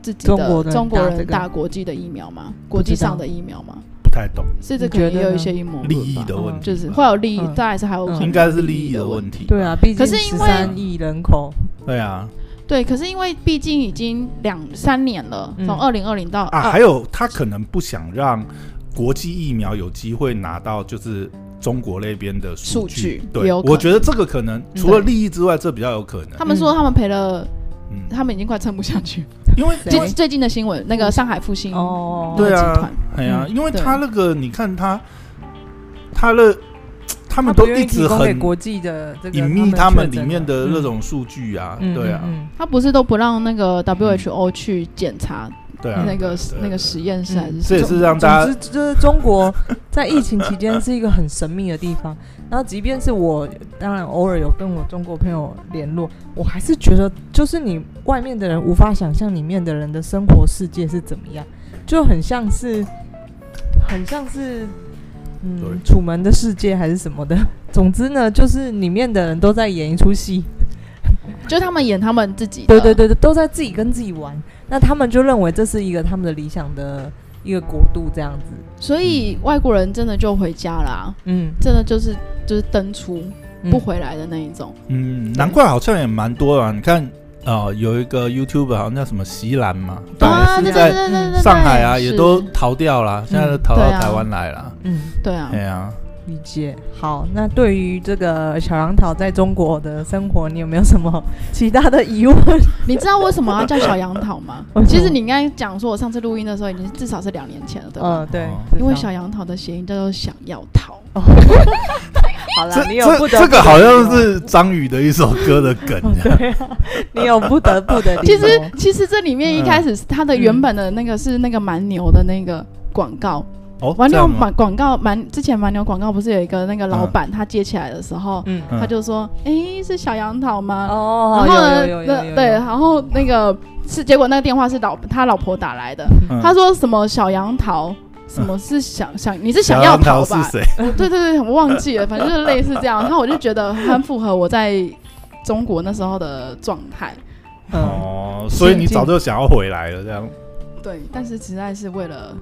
自己
中
的
国人
中
打
国
这
人
个
打国际的疫苗吗？国际上的疫苗吗？
不太懂
是这
你
可能
觉得
也有
呢
一些阴谋论
利益
吧
的问题吧，
哦就是会有利益，
嗯
当然是还有
嗯
可能
应该是
有
利益
的
的问
题。
题。
对啊，毕竟
可是因
十
为
三亿人口，
对啊
对，可是因为毕竟已经两三年了，
嗯
从二零二零到
啊，
二
还有他可能不想让国际疫苗有机会拿到就是中国那边的
数
据
据。
对，
有可能
我觉得这个可能除了利益之外，这比较有可能
他。们说他们赔了，
嗯，
他们已经快撑不下去。
因为
对
最最近的新闻，那个上海复兴
嗯哦，
对
集
啊
团，
哎呀，
嗯
因为
对
他那个你看他，他的他
他
们
不
都
愿意
一直
提供给
很
国际的这个
隐秘他们里面
的
的那种数据啊，
嗯
对啊，
嗯
他不是都不让那个 WHO 去检查
对啊，
那个
对
那个实验室还是什
这
么？
也是让大
总
家
之，就是中国在疫情期间是一个很神秘的地方。然后，即便是我，当然偶尔有跟我中国朋友联络，我还是觉得，就是你外面的人无法想象里面的人的生活世界是怎么样，就很像是，很像是，
Sorry
嗯，楚门的世界还是什么的。 *laughs* 总之呢，就是里面的人都在演一出戏，
就他们演他们自己的，
对对对对，都在自己跟自己玩。那他们就认为这是一个他们的理想的一个国度，这样子。
所以外国人真的就回家啦、
嗯，
真的就是就是登出
嗯
不回来的那一种。
嗯，难怪好像也蛮多啊。你看，呃，有一个 YouTube 好像叫什么席兰嘛，本来
啊，
是
对对对
在
对对对，
上海啊，
是
也都逃掉了，现在都逃到
对啊
台湾来了。
嗯。
对啊
哎。呀，
理解。好，那对于这个小杨桃在中国的生活，你有没有什么其他的疑问？
你知道为什么要叫小杨
*laughs*
桃吗
为什？么
其实你应该讲说，我上次录音的时候已经至少是两年前了，对吧？
呃，对
哦，
因为
至少
小杨桃的谐音叫做想要逃，
好了，你有
这
不
这
得
这
不的
个好
理
像
由
是张宇的一首歌的梗， *laughs*
对啊，你有不得不
嗯
的理
其
由。
实其实这里面一开始是它的原本的那个是那个蛮牛的那个广告，
哦，
蛮
这
牛
样吗
广广告蛮之前蛮牛广告不是有一个那个老板他接起来的时候，
嗯，
嗯
他就说，诶，是小杨桃吗？然
哦，
后呢，
有有有有有
那
有
对，然后那个是结果那个电话是老他老婆打来的，
嗯
他说什么小杨桃，什么是想想你是想
小
要
杨桃
逃
是
吧？
谁？
对对对，我忘记了，反正就是类似这样。然后我就觉得很符合我在中国那时候的状态，
嗯，
哦，所以你
先进
早就想要回来了，这样。
对，但是实在是为了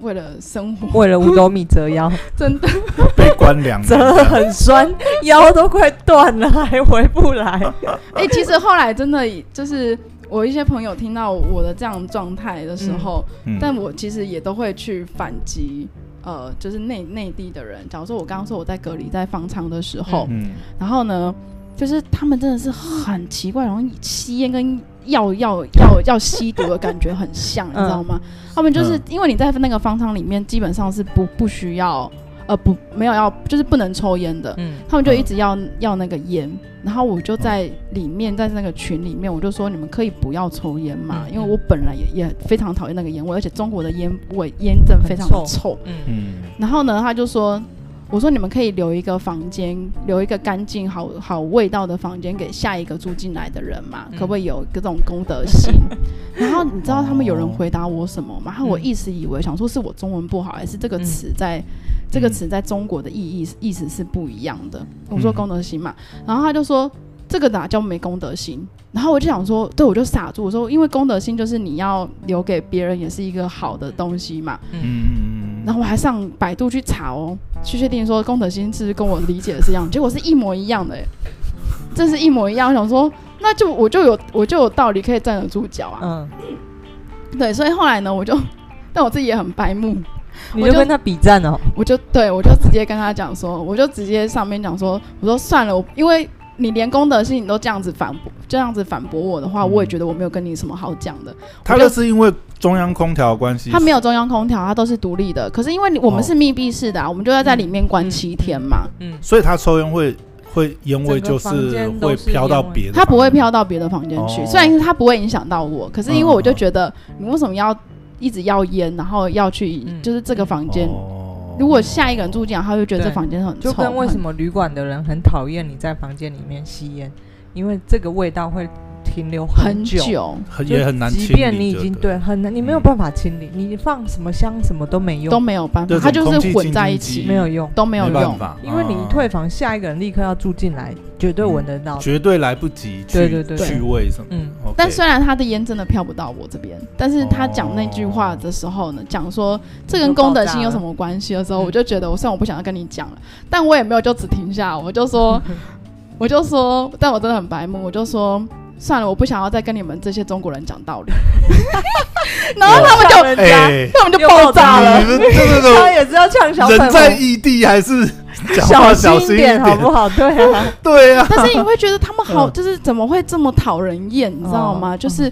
为了生活，
为了五斗米折腰， *laughs*
真的
被关两年
折
这
得
样，
很
*laughs*
酸，腰都快断了，还回不来。
*laughs* 哎、其实后来真的就是我一些朋友听到我的这样的状态的时候，
嗯
但我其实也都会去反击，呃，就是内内地的人。假如说我刚刚说我在隔离在方舱的时候，
嗯，
然后呢，就是他们真的是很奇怪，然后吸烟跟药药药药吸毒的感觉很像，你知道吗？他们就是、
嗯
因为你在那个方舱里面，基本上是不不需要，呃，不没有要就是不能抽烟的。
嗯，
他们就一直要、要那个烟，然后我就在里面，在那个群里面，我就说你们可以不要抽烟嘛，
嗯
因为我本来也也非常讨厌那个烟味，而且中国的烟味烟真的非常的
很
臭。
嗯
嗯
然后呢，他就说，我说你们可以留一个房间，留一个干净好好味道的房间给下一个住进来的人嘛，
嗯
可不可以有这种公德心？ *laughs* 然后你知道他们有人回答我什么吗？然后我
嗯
一时以为想说是我中文不好，还是这个
嗯
词在、这个
嗯
词在中国的意义意思是不一样的。我说
嗯
公德心嘛，然后他就说这个哪叫没公德心？然后我就想说，对，我就傻住，我说因为公德心就是你要留给别人也是一个好的东西嘛。
嗯嗯嗯，
然后我还上百度去查哦，去确定说公德心是不是跟我理解的是一样，结果是一模一样的，哎，真是一模一样。我想说，那就我就有我就有道理可以站得住脚啊。
嗯，
对，所以后来呢，我就， *laughs* 但我自己也很白目，
你
我
就
就
跟他比战哦。
我就对我就直接跟他讲说，我就直接上面讲说，我说算了，我因为你连公德心你都这样子反驳，这样子反驳我的话，
嗯
我也觉得我没有跟你什么好讲的。
他那是因为中央空调的关系，
它没有中央空调，它都是独立的。可是因为你我们是密闭式的、啊，我们就要在里面关七天嘛。
嗯，
所以他抽烟会会烟味
整
就
个房
是
间都
会
是
飘到
烟味
别的
它
房间，
不会飘到别的房间去，
哦
虽然它不会影响到我，可是因为我
嗯
就
嗯嗯
觉得你为什么要一直要烟，然后要去
嗯
就是这个房间。
哦
如果下一个人住进来，他会觉得这
对
房间很臭。
就跟为
很
什么旅馆的人很讨厌你在房间里面吸烟，因为这个味道会停留
很
久，
久
很
就
也很难清理
即
就对了。
便你已经对很难，你没有
嗯
办法清理，你放什么香什么都没用，
都没有办
这
法，
种
它就
空
是
气
混
清
在
净
一
机
起，
有用。
都没有
没办
用。
法，
因为你一
啊嗯
退房，下一个人立刻要住进来，绝对闻得到。
绝对来不及去
对对对对
去味什么。
嗯，
OK
但虽然他的烟真的飘不到我这边，但是他讲那句话的时候呢，讲说这跟功德心有什么关系的时候，
嗯
我就觉得，我虽然我不想要跟你讲了，但我也没有就只停下来，我就说，我就说，但我真的很白目，我就说算了，我不想要再跟你们这些中国人讲道理。然后他们就
呛人家，
哎，
他们就爆炸了
你，们这
*laughs*
他
个
也是要呛小粉
人在
红，
异地还是讲话小
心
心
一
一
点好
点，
不好？对
哦
啊，
对啊，
但是你会觉得他们好，
嗯
就是怎么会这么讨人厌，你知道吗？
哦
就是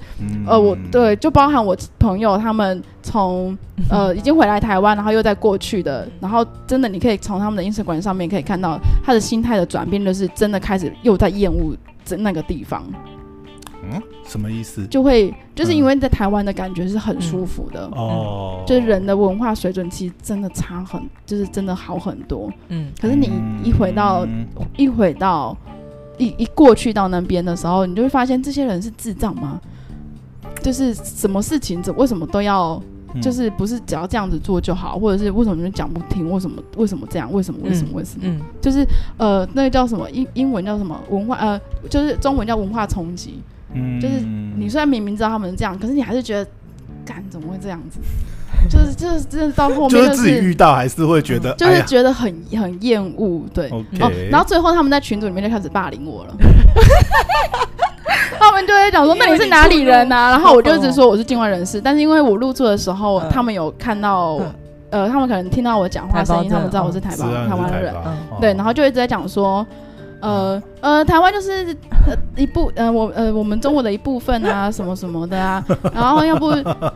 呃，
嗯
我对，就包含我朋友他们从呃已经回来台湾，然后又再过去的，然后真的你可以从他们的 Instagram 上面可以看到他的心态的转变，就是真的开始又在厌恶这那个地方，
嗯，什么意思？
就会就是因为在台湾的感觉是很舒服的，
哦，
就是人的文化水准其实真的差很，就是真的好很多。
嗯，
可是你
嗯
一回到一回到一一过去到那边的时候，你就会发现这些人是智障吗？就是什么事情怎为什么都要
嗯
就是不是只要这样子做就好，或者是为什么你们讲不听？为什么为什么这样？为什么为什么为什么？
嗯，
就是呃，那个叫什么英英文叫什么文化呃，就是中文叫文化冲击。
嗯
就是你虽然明明知道他们是这样，可是你还是觉得，干怎么会这样子？就是就是真的到后面
就
就是
自己
是
遇到还是会觉得，
就
哎
是
呀
觉得很很厌恶，对。哦
，OK，，
然后最后他们在群组里面就开始霸凌我了。 *laughs* 他们就会讲说：“
因为
那你是
你
哪里
住
人啊？”然后我就一
哦
直说我是境外人士，但是因为我入住的时候，
嗯
他们有看到
嗯，
呃，他们可能听到我讲话
台胞
声音，他们
证
知道
哦
我是台
知
胞
道你
台
是
湾
台
人，嗯
胞哦嗯
对，然后就一直在讲说。呃呃，台湾就是呃一部呃我呃我们中国的一部分
*laughs*
啊，什么什么的啊。然后要不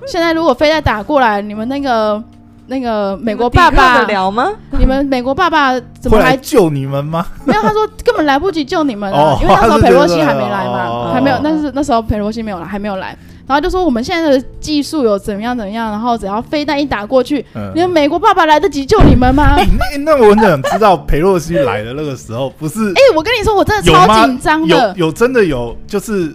现在如果飞再打过来，你们那个那个美国爸
你们抵
爸
抗得，了吗？
你们美国爸爸怎么
会 *laughs*
还
来救你们吗？
没有，他说根本来不及救你们啊，
哦
因为那时候佩洛西
他是觉得
还没来嘛，
哦
还没有，那是那时候佩洛西没有来，还没有来。然后就说我们现在的技术有怎么样怎么样，然后只要飞弹一打过去，
嗯
你们美国爸爸来得及救你们吗？
哎那那我很想知道裴洛西来的那个时候，不是
哎、我跟你说，我真的
有吗
超紧张
有
的，
有真的有，就是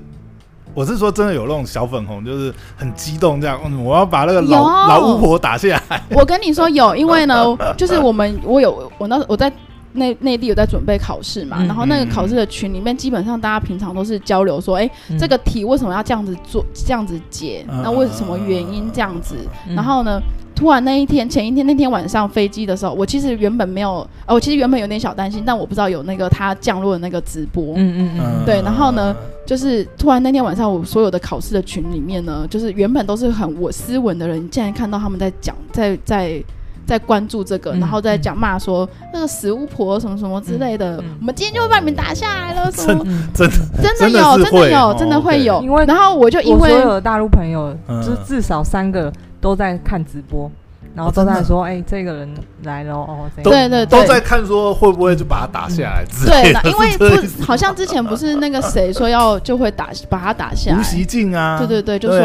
我是说真的有那种小粉红，就是很激动这样，嗯，我要把那个老
有
老巫婆打下来。
我跟你说有，因为呢，就是我们我有我那我在内内地有在准备考试嘛，
嗯
然后那个考试的群里面，基本上大家平常都是交流说，哎、
嗯
这个题为什么要这样子做，这样子解，
嗯
那为什么原因这样子？
嗯
然后呢，突然那一天前一天那天晚上飞机的时候，我其实原本没有，呃，我其实原本有点小担心，但我不知道有那个他降落的那个直播，
嗯嗯嗯，
对然后呢就是突然那天晚上，我所有的考试的群里面呢，就是原本都是很我斯文的人，竟然看到他们在讲，在在在关注这个，
嗯
然后在讲骂说、那个死巫婆什么什么之类的，
嗯嗯
我们今天就会把你们打下来了，什么
嗯
真的
真
真的
有，
是
真的
会
有，
哦
真的会有。
OK 因为
然后我就因
我所
为
有的大陆朋友，
嗯
就是至少三个都在看直播，然后
哦真
都
的
在说：“哎，这个人来了哦。”这个
对
人
对
来了
对
都在看说会不会就把他打下来之
对
类
啦
的，，
因为
*laughs* 是这个意思
不好像之前不是那个谁说要就会打把他打下
无
来，
锡境啊，
对对对，就说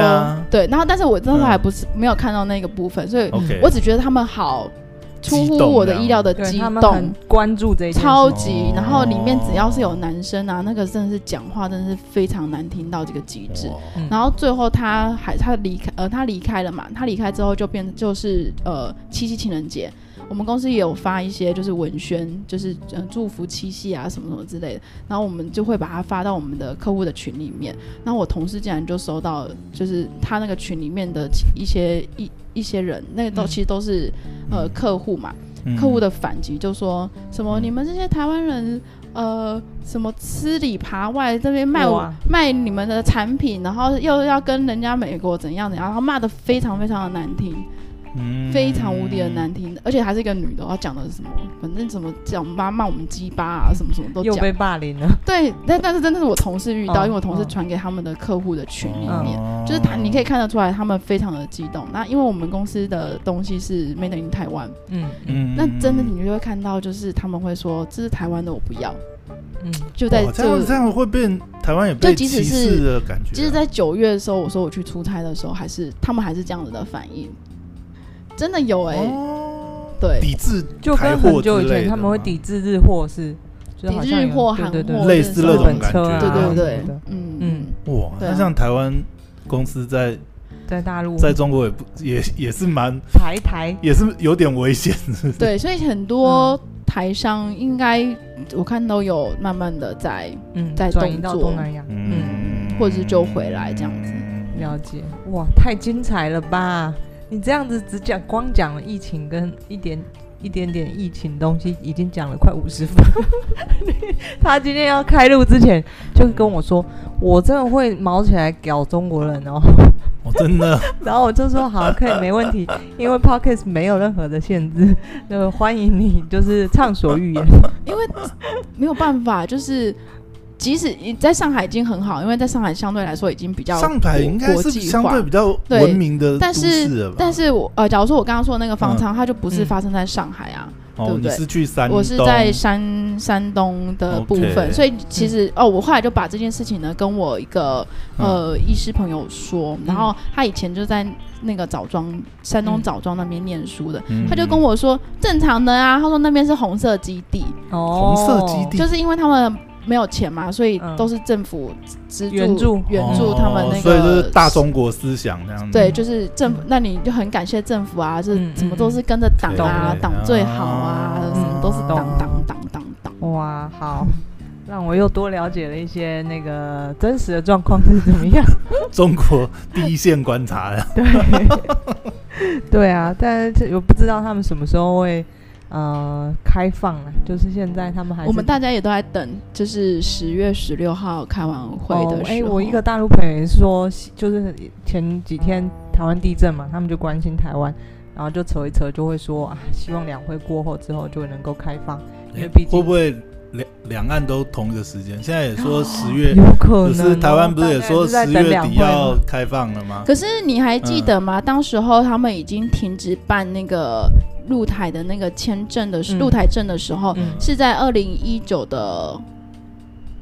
对,、
啊
然后但是我那时候
嗯
还不是、没有看到那个部分，所以
OK，
我只觉得他们好出
激
乎
动
我
这
的
样
意料的
对
激
他们
动
很，关注这一件事
超
情
级
哦。
然后里面只要是有男生啊，那个真的是讲话真的是非常难听到这个极致。
哇
嗯
然后最后他还他离开呃他离开了嘛，他离开之后就变就是呃七夕情人节，我们公司也有发一些就是文宣，就是呃祝福七夕啊什么什么之类的，然后我们就会把它发到我们的客户的群里面。然后我同事竟然就收到，就是他那个群里面的一些一一些人，那个都、
嗯
其实都是呃客户嘛，
嗯
客户的反击就说什么
嗯
你们这些台湾人，呃，什么吃里扒外，这边卖
哇
卖你们的产品，然后又要跟人家美国怎样怎样，然后骂的非常非常的难听，
嗯
非常无敌的难听，而且还是一个女的，她讲的是什么，反正怎么讲骂骂我们鸡巴啊，什么什么都
又
讲。
被霸凌了，
对，但但是真的是我同事遇到，
嗯
因为我同事
嗯
传给他们的客户的群里
嗯
面。
哦
就是他，你可以看得出来，他们非常的激动。那因为我们公司的东西是 Made in 台湾，
嗯
嗯
那真的你就会看到，就是他们会说这是台湾的，我不要，
嗯，
就在
哇这样这
就
样会变台湾也被
就即
歧
使是
视的感觉啊，
其实，在九月的时候，我说我去出差的时候，还是他们还是这样子的反应，真的有哎、
哦
对
抵制
就
台
跟
货
很久
之
以
类
前
的
他们会
吗
抵制日货是就是好像
日
有
货、
对
韩
对对
货
类似
日
那种
本
感
车
觉
啊
对
什么
对对
的，
嗯
嗯
嗯，
哇，
对啊
那像台湾公司在
在大陆
在中国也不也也是蛮
台台
也是有点危险，是不是？
对，所以很多台商应该我看都有慢慢的在
嗯
在
转移
动
到
作
东南亚，嗯，
或者是就回来这样子
了解，哇，太精彩了吧！你这样子只讲光讲了疫情跟一点一点点疫情东西，已经讲了快五十分。 *laughs* 他今天要开录之前就跟我说，我真的会毛起来搞中国人哦。 *laughs*
我真的
然后我就说好，可以，没问题，因为 podcast 没有任何的限制，那欢迎你就是畅所欲言。
因为没有办法，就是即使你在上海已经很好，因为在上海相对来说已经比较
上海应该
国
是
际化
相对比较
对
文明的都
但
市了
是
吧？
但是我呃，假如说我刚刚说的那个方舱，它就不是
嗯
发生在上海啊，对
哦，
不
你
对
是去山东，
我是在山山东的部分
OK 嗯
所以其实、哦，我后来就把这件事情呢跟我一个呃、医师朋友说，然
嗯
后他以前就在那个枣庄山东
嗯
枣庄那边念书的。
嗯，
他就跟我说，正常的啊。他说那边是红色基地，
哦
红色基地
就是因为他们没有钱嘛，所以
嗯
都是政府资助
援助
援助他们那个，
哦所以就是大嗯中国思想这样子。
对，就是政府，那你就很感谢政府啊，就是
嗯
怎么都是跟着党啊
嗯，
党最好啊，
嗯
什么都是
懂
党党党党党。
哇，好，让我又多了解了一些那个真实的状况是怎么样。
中国第一线观察
*laughs*
的，
对，对啊，但是这我不知道他们什么时候会呃开放啊，就是现在他们还是
我们大家也都在等，就是十月十六号开完会
哦
的，
哎、
时候。
我一个大陆朋友也是说，就是前几天台湾地震嘛，他们就关心台湾。然后就扯一扯，就会说啊，希望两会过后之后就能够开放，因为毕竟
会不会两两岸都同一个时间？现在也
哦
说十月，
有可
可
能哦、
是台湾不是也说
大
十
家在等
月
两
底
会吗
要开放了吗？
可是你还记得
嗯
吗？当时候他们已经停止办那个入台的那个签证的时
嗯
入台证的时候，
嗯
是在二零一九的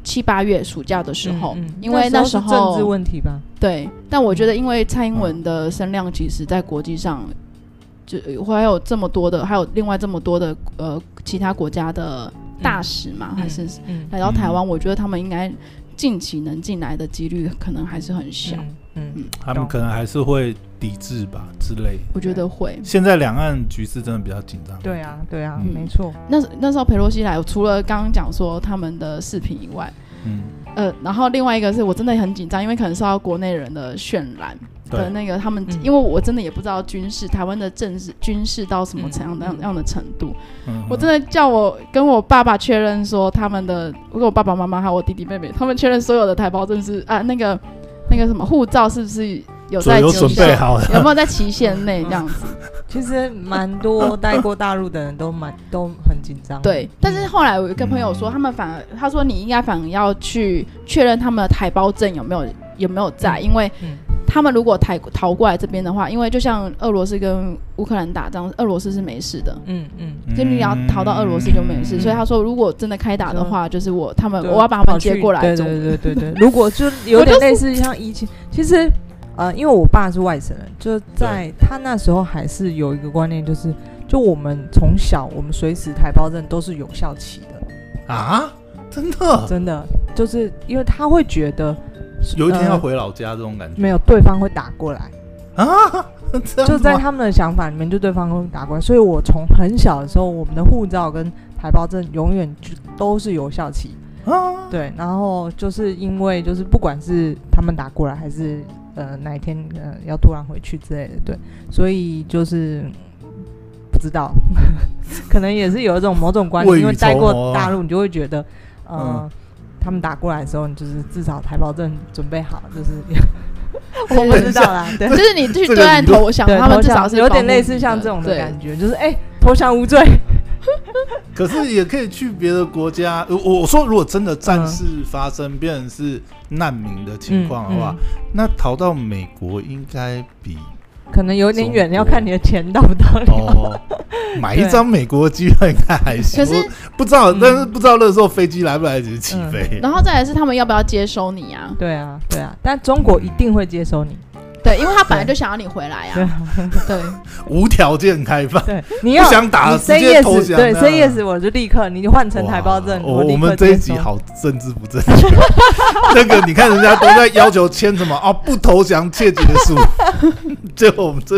七八月暑假的时候，
嗯嗯
因为那
时
时
候是政治问题吧，
对，但我觉得因为蔡英文的声量，其实在国际上，就还有这么多的，还有另外这么多的呃其他国家的大使嘛，还是
嗯
来到台湾，我觉得他们应该近期能进来的几率可能还是很小，
嗯嗯
他们可能还是会抵制吧之类的。
我觉得会。
现在两岸局势真的比较紧张。
对啊对啊，
嗯
没错，
那那时候佩洛西来，除了刚刚讲说他们的视频以外，
嗯，
呃，然后另外一个是我真的很紧张，因为可能受到国内人的渲染的
对，
那个他们，
嗯
因为我真的也不知道军事台湾的政治军事到什么怎样
嗯
那样样的程度，
嗯
我真的叫我跟我爸爸确认说他们的，我跟我爸爸妈妈还有我弟弟妹妹，他们确认所有的台胞证是啊那个那个什么护照是不是有在
有
期
准备
限
好
*laughs* 有
了。
没有在期限内这样子？
其实蛮多待过大陆的人都蛮都很紧张，嗯
对，但是后来我有一个朋友说，他们反而他说你应该反而要去确认他们的台胞证有没有有没有在，
嗯
因为
嗯
他们如果台逃过来这边的话，因为就像俄罗斯跟乌克兰打仗，俄罗斯是没事的。
嗯嗯，
就你要逃到俄罗斯就没事，
嗯
所以他说，如果真的开打的话，就是我他们
对
呃
啊
我要把他们接过来，
对
总
对对对对， *laughs* 如果就有点类似像疫情，其实呃，因为我爸是外省人，就在他那时候还是有一个观念，就是就我们从小我们随时台胞证都是有效期的。
啊，真
呃
的
真的就是因为他会觉得
有一天要
呃
回老家这种感觉
没有对方会打过来，
啊？
*laughs*
这样
就
子
在
吗
他们的想法里面，就对方会打过来。所以我从很小的时候，我们的护照跟台胞证永远就都是有效期。
啊，
对，然后就是因为就是不管是他们打过来，还是呃哪一天呃要突然回去之类的，对，所以就是。嗯不知道， *laughs* 可能也是有一种某种关系，
未雨
因为待
绸缪
过
啊
大陆，你就会觉得，呃，他们打过来的时候，你就是至少台胞证准备好， *laughs* 就是我不知道啦，对，
就是你去
这个
对岸
理论
投降，
对
他们
投
至
降
少是
有
保护
点类似
你
像这种的
对
感觉，就是哎、投降无罪，
可是也可以去别的国家。呃我我说，如果真的战事发生，变成是难民的情况的话，那逃到美国应该比
嗯可能有点远，
中国
要看你的钱到不 *laughs* 到了。
哦，买一张美国机票应该还行。
可是
我不知道，
嗯
但是不知道那时候飞机来不来得及起
嗯
飞。
然后再来是他们要不要接收你啊？
嗯
对啊，对啊，但中国一定会接收你，
对，因为他本来就想要你回来啊，对，
无条件开放，
对，你
不
要
想打
你
了
say
直接投
yes，
降。
对
这
，say
样
yes，我就立刻，你换成台胞证，
哇我
立
我
刻
们这一
接
集
收，
好政治不正确。 *laughs* 那个你看人家都在要求签什么啊，不投降切结束，结果我们这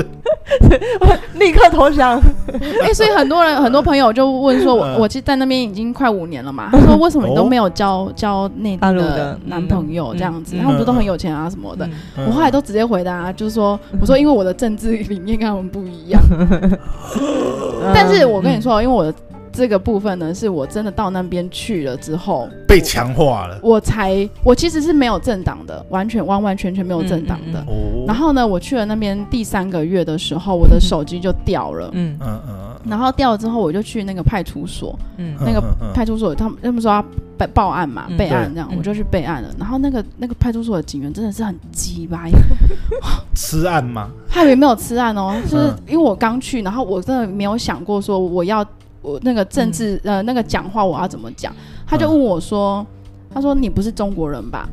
立刻投降。
*laughs* 哎、所以很多人很多朋友就问说，我
嗯
我其实在那边已经快五年了嘛，他说为什么你都没有交交内地
大陆
的
的
男朋友
嗯
这样子？
嗯
他们不是都很有钱啊什么的？
嗯
我后来都直接回答，就是说，我说因为我的政治理念跟他们不一
*laughs*
样，
嗯
但是我跟你，说，因为我的这个部分呢，是我真的到那边去了之后，
被强化了。
我才我其实是没有政党的，完全完完全全没有政党的。
嗯
哦，
然后呢，我去了那边第三个月的时候，我的手机就掉了。
嗯
嗯嗯嗯
然后掉了之后，我就去那个派出所，
嗯
嗯，
嗯
那个
嗯嗯
派出所他们他们说要报报案嘛，
嗯
备案这样，
对
我就去备案了。
嗯
然后那个那个派出所的警员真的是很
*laughs*
鸡巴，
吃案吗？
他也没有吃案哦，就是
嗯
因为我刚去，然后我真的没有想过说我要我那个政治、
嗯
呃那个讲话我要怎么讲，他就问我说，他说你不是中国人吧？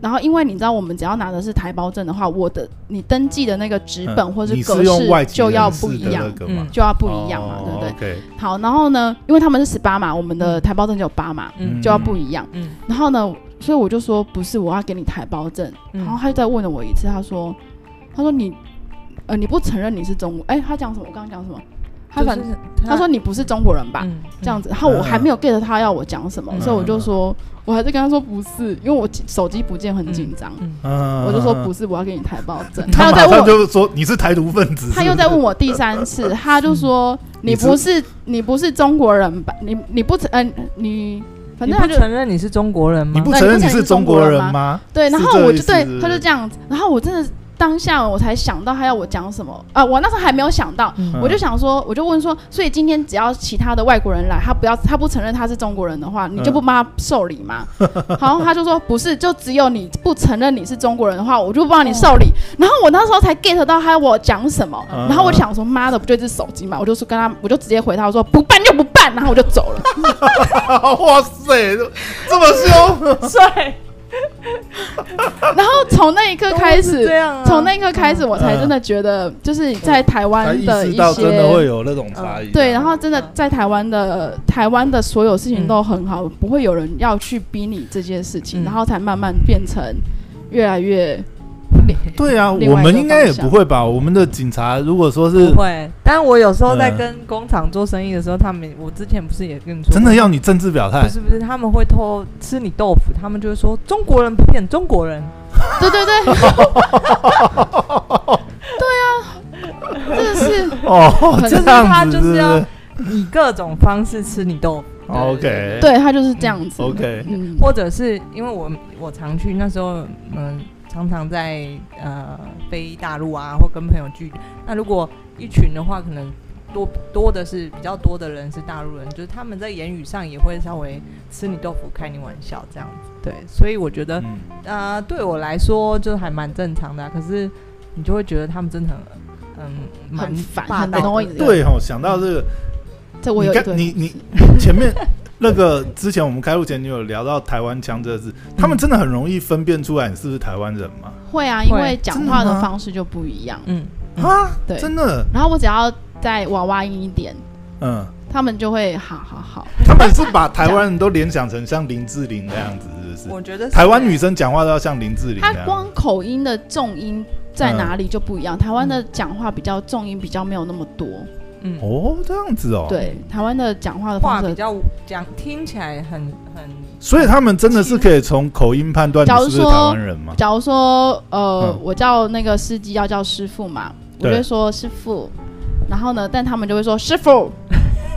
然后因为你知道我们只要拿的是台胞证的话，我的你登记的那个纸本
嗯
或
你
格
是用外
式
籍
就要
人士
不一
的
样
那，个嘛，
就要不一样
哦
嘛，对不对？
对？
好，然后呢，因为他们是十八码，我们
嗯
的台胞证只有八码，
嗯
就要不一样。
嗯
然后呢，所以我就说不是，我要给你台胞证。
嗯
然后他就再问了我一次，他说，他说你，呃，你不承认你是中国，哎，他讲什么？我刚刚讲什么？他反、
就是
他说你不是中国人吧？
嗯
这样子，然后我还没有 get 他要我讲什么，
嗯
所以我就说，我还是跟他说不是，因为我手机不见很紧张，
嗯
嗯，
我就说不是，我要给你台胞证。
他
又
马
在问
上
我，
就说你是台独分子，
他又在问我第三次，他就说：“
你
你
知
不是你不是中国人吧？你你不承嗯、你反
你
正他
不
就
承认你是中国人
你
吗？
不承认
那
你
你不承认是
中
中
国
国
人
人
吗？是
对，然后我就
这意
对
思
他就这样子，然后我真的当下我才想到他要我讲什么啊！我那时候还没有想到，
嗯
我就想说，我就问说，所以今天只要其他的外国人来，他不要他不承认他是中国人的话，你
嗯
就不帮他受理吗？然后他就说不是，就只有你不承认你是中国人的话，我就不帮你受理。然后我那时候才 get 到他要我讲什么，
哦嗯
然后我就想说妈的，不就是手机嘛？我就说跟他，我就直接回他我说不办就不办，然后我就走了。
*laughs* 啊哇塞，这么凶！
*laughs*
*laughs* 对，
然后从那一刻开始，
这样啊，
从那一刻开始，我才真的觉得，就是在台
嗯才
湾
意
的一
识到真的会
些。
有那种差异。啊
对，然后真的在台湾的台湾的所有事情都很好，不会有人要去逼你这些事情，
嗯
然后才慢慢变成越来越
对啊，
另
我
外一个
们应该也
方向
不会吧？我们的警察如果说是
不会。但我有时候在
嗯
跟工厂做生意的时候，他们我之前不是也跟你说，
真的要你政治表态
不，是不是，他们会偷吃你豆腐，他们就会说中国人骗中国人，
对对对， *laughs* 对啊，真的是
哦，
可
这
是
他
样子
就是
不
要
是
以各种方式吃你豆腐，
？OK，，
对他就是这样子。
OK
嗯，
或者是因为我我常去那时候，嗯，常常在呃飞大陆啊，或跟朋友聚。那如果一群的话，可能多多的是比较多的人是大陆人，就是他们在言语上也会稍微吃你豆腐、开你玩笑这样子。对，所以我觉得
嗯
呃，对我来说就还蛮正常的啊、可是你就会觉得他们真的很，嗯，蛮
很烦
霸
很
道的
annoying
对哦，想到这个，
这我有
你
一
看
对
你你 *laughs* 前面那个之前我们开录前，你有聊到台湾腔这个字，
嗯
他们真的很容易分辨出来你是不是台湾人吗？
会啊，因
会
为讲
真的
话的
吗
方式就不一样。
嗯，嗯
啊，
对
真的，
然后我只要再娃娃音一点，
嗯，
他们就会好好好。
他们是把台湾人都联想成像林志玲那样子，是不是？
我觉得是
嗯台湾女生讲话都要像林志玲
它
那样，
光口音的重音在哪里就不一样，台湾的讲话比较重音比较没有那么多，
嗯
哦，这样子哦，，
对，台湾的讲话的
话
方
比
式。
较讲听起来很很
所以他们真的是可以从口音判断你是不是
嗯假如说
台湾人吗？
假如说，呃，
嗯
我叫那个司机要叫师傅嘛，我
对
就会说师傅，然后呢，但他们就会说师傅，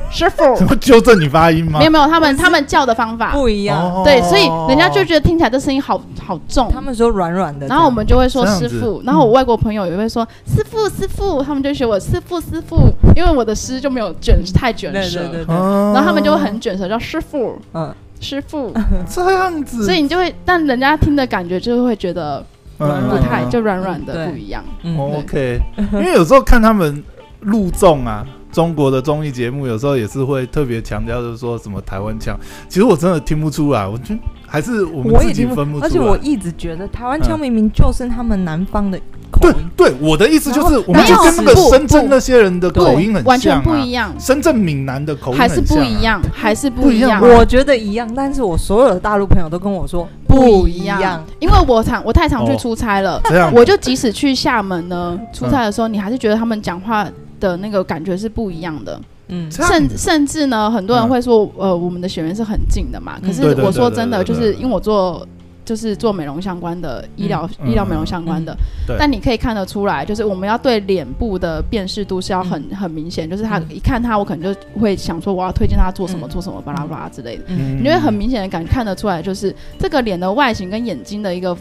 师傅，
怎么纠正你发音吗
哦没有？没有，他们他们叫的方法，
不一样。
啊哦
对，所以人家就觉得听起来这声音好好重
他，们说软软的这样，
然后我们就会说
这样
师
子
傅，然后我外国朋友也会说师傅师傅，他们就学我师傅师傅，因为我的诗就没有卷太卷
对
舌，
对对对，
哦
然后他们就会很卷舌，叫师傅，
嗯
师
*laughs*
傅，
嗯这样子，
所以你就会，但人家听的感觉就会觉得
嗯
不太，就软软
嗯
的，
对
不一样。 *laughs*
嗯，
OK，因为有时候看他们录综啊，中国的综艺节目，有时候也是会特别强调，就是说什么台湾腔。其实我真的听不出来，我觉得还是我们
我
自
也
己
听不
分不出来。
而且我一直觉得台湾腔明明就是他们南方的口
对
音，
对，我的意思就是，我们
然
就
后
跟那个
不
深圳
不
那些人的口音很像、啊，
完全不一样，
深圳闽南的口音
还是
很像
不
啊
一，样，还是
不
不
一
一
样啊
样，
我觉得一样，但是我所有的大陆朋友都跟我说
不
一
一样。因为我常我太常去
哦嗯
出差了，
这样
我就即使去厦门呢，出差的时候，你还是觉得他们讲话的那个感觉是不一样的。
嗯
这样啊
甚甚至呢，很多人会说，呃，我们的血缘是很近的嘛。
嗯
可是
嗯对对对
我说真的，
对
就
对对
是因为我做就是做美容相关的医疗
嗯
医疗美容相关的
对，
但你可以看得出来，就是我们要对脸部的辨识度是要很很明显，就是他
嗯
一看他，我可能就会想说我要推荐他做什么
嗯
做什么，巴拉巴拉之类的。
嗯
你会很明显的感看得出来，就是这个脸的外形跟眼睛的一个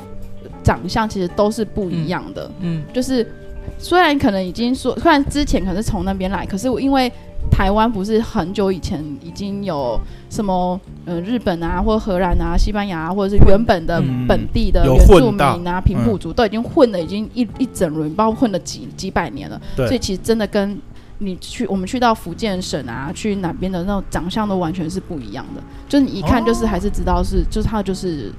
长相其实都是不一样的。
嗯
就是虽然可能已经说，虽然之前可能是从那边来，可是我因为台湾不是很久以前已经有什么呃日本啊，或荷兰啊、西班牙、啊，或者是原本的
嗯
本地的
有
原住
混到嗯
民啊、平埔族都已经混了已经一一整轮，包括混了几几百年了，
对
所以其实真的跟。你去，我们去到福建省啊，去哪边的那种长相都完全是不一样的，就是你一看
哦
就是还是知道是，就是他就是，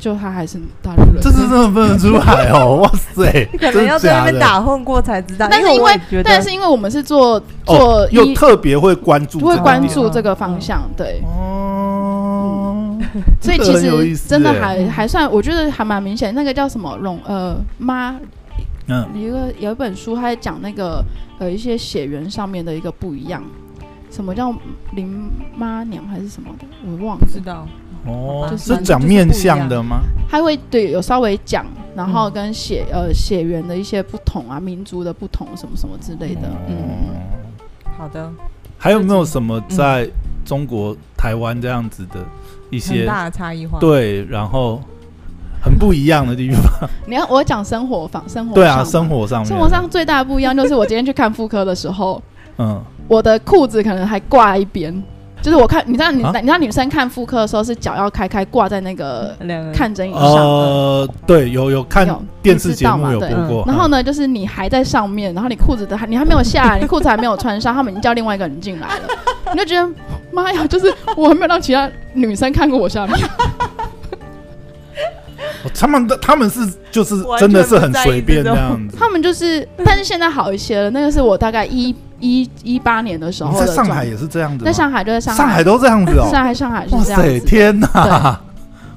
就他还是大陆人。
这是真的分得出来
*laughs*
哦，哇塞，
你可能要在那边
真的假的
打混过才知道，
但是
因
因
我
为
也觉得，
但是因为我们是做做
哦，又
医，
特别会关注这啊嗯
会
个
关
点
注这个方向，对，
哦，
所以
这
其
个很有意
实
思
真的
欸
还还算，我觉得还蛮明显。那个叫什么龙呃妈，
嗯，
有一个有一本书，它在讲那个呃一些血缘上面的一个不一样，什么叫林妈娘还是什么的，我忘了
不。知道，
哦，
就是
是讲面相的吗？
他会对有稍微讲，然
嗯
后跟血、呃血缘的一些不同啊，民族的不同什么什么之类的，嗯。
哦
好的，
还有没有什么在中国、台湾这样子的一
很
些
大的差异化，
对，然后很不一样的地方？
你看我讲生活方生活
对啊，
上嘛
生活上面，
生活上最大的不一样就是，我今天去看妇科的时候，
嗯，
我的裤子可能还挂一边，就是我看，你知道你、
啊
你知道女生看妇科的时候是脚要开开挂在那个
两
嗯
个人
看诊椅上的。
呃，对，有有看
有
电视节目有
你
播
知道嘛
过，嗯
然后呢，就是你还在上面，然后你裤子的还你还没有下
*laughs*
来，你裤子还没有穿上，他们已经叫另外一个人进来了，你就觉得妈呀，就是我还没有让其他女生看过我下面，
哦他们的他们是就是
完全
真的
不
是很
在意
随便
这
这
种
样子。
他们就是，
嗯
但是现在好一些了，那个是我大概一一一八年的时
你
候
在
的
上
状
海
态，
也是这样子吗，
在上海就在上海，
上海都这样子哦，
上海上海是
哇
这样
塞，
子。
天哪！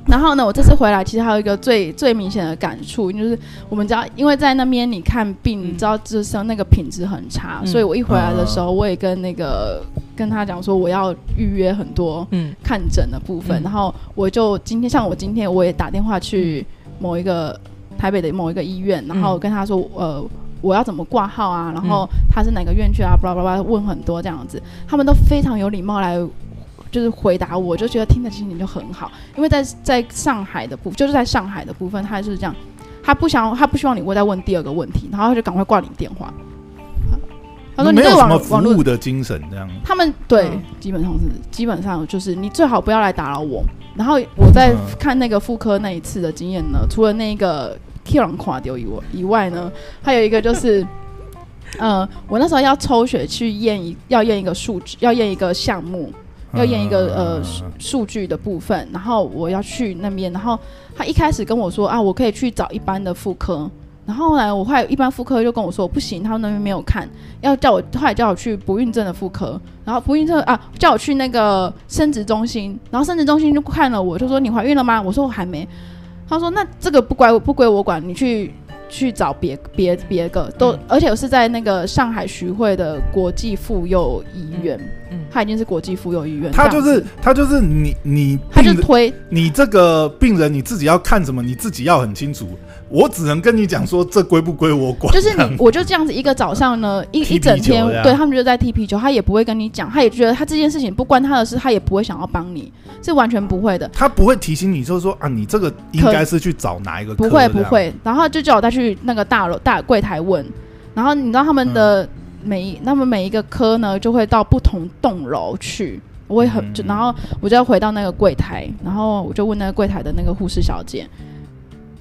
然后呢，我这次回来，其实还有一个最最明显的感触，就是我们只要因为在那边你看病，
嗯
你知道自身那个品质很差，
嗯
所以我一回来的时候，我也跟那个跟他讲说，我要预约很多
嗯
看诊的部分。
嗯
然后我就今天，像我今天我也打电话去某一个台北的某一个医院，然后跟他说，呃。我要怎么挂号啊？然后他是哪个院区啊？巴拉巴拉，问很多这样子，他们都非常有礼貌来，就是回答我，就觉得听得心情就很好。因为在在上海的部，就是在上海的部分，他就是这样，他不想他不希望你会再问第二个问题，然后他就赶快挂你电话。他说你
没有
对
什
网
么服
网络
务的精神这样。
他们对、
嗯
基本上是基本上就是你最好不要来打扰我。然后我在
嗯
看那个妇科那一次的经验呢，除了那个 k i r a n 垮掉以外以外呢，还有一个就是。嗯，我那时候要抽血去验一，要验一个数值，要验一个项目，
嗯
要验一个呃数数据的部分，然后我要去那边，然后他一开始跟我说啊，我可以去找一般的妇科，然后后来我后来一般妇科就跟我说不行，他们那边没有看，要叫我后来叫我去不孕症的妇科，然后不孕症啊叫我去那个生殖中心，然后生殖中心就看了我就说你怀孕了吗？我说我还没，他说那这个不归不归我管，你去。去找别别别个都，
嗯
而且我是在那个上海徐汇的国际妇幼医院，
嗯
他已经是国际妇幼医院，
他
这
就
样子
是他就是你你
他就
病人
推，
你这个病人你自己要看什么，你自己要很清楚。我只能跟你讲说，这归不归我管。
就是
这
你
样，
我就这样子一个早上呢，一
踢
一整
皮球
天
这，样
对他们就在踢皮球，他也不会跟你讲，他也觉得他这件事情不关他的事，他也不会想要帮你，是完全不会的，
他不会提醒你，就是说啊，你这个应该是去找哪一个科
不会
这
不
样
会。然后就叫我再去那个大楼大柜台问，然后你知道他
嗯
们的每一、他们每一个科呢，就会到不同栋楼去。我也很，就
嗯
然后我就要回到那个柜台，然后我就问那个柜台的那个护士小姐，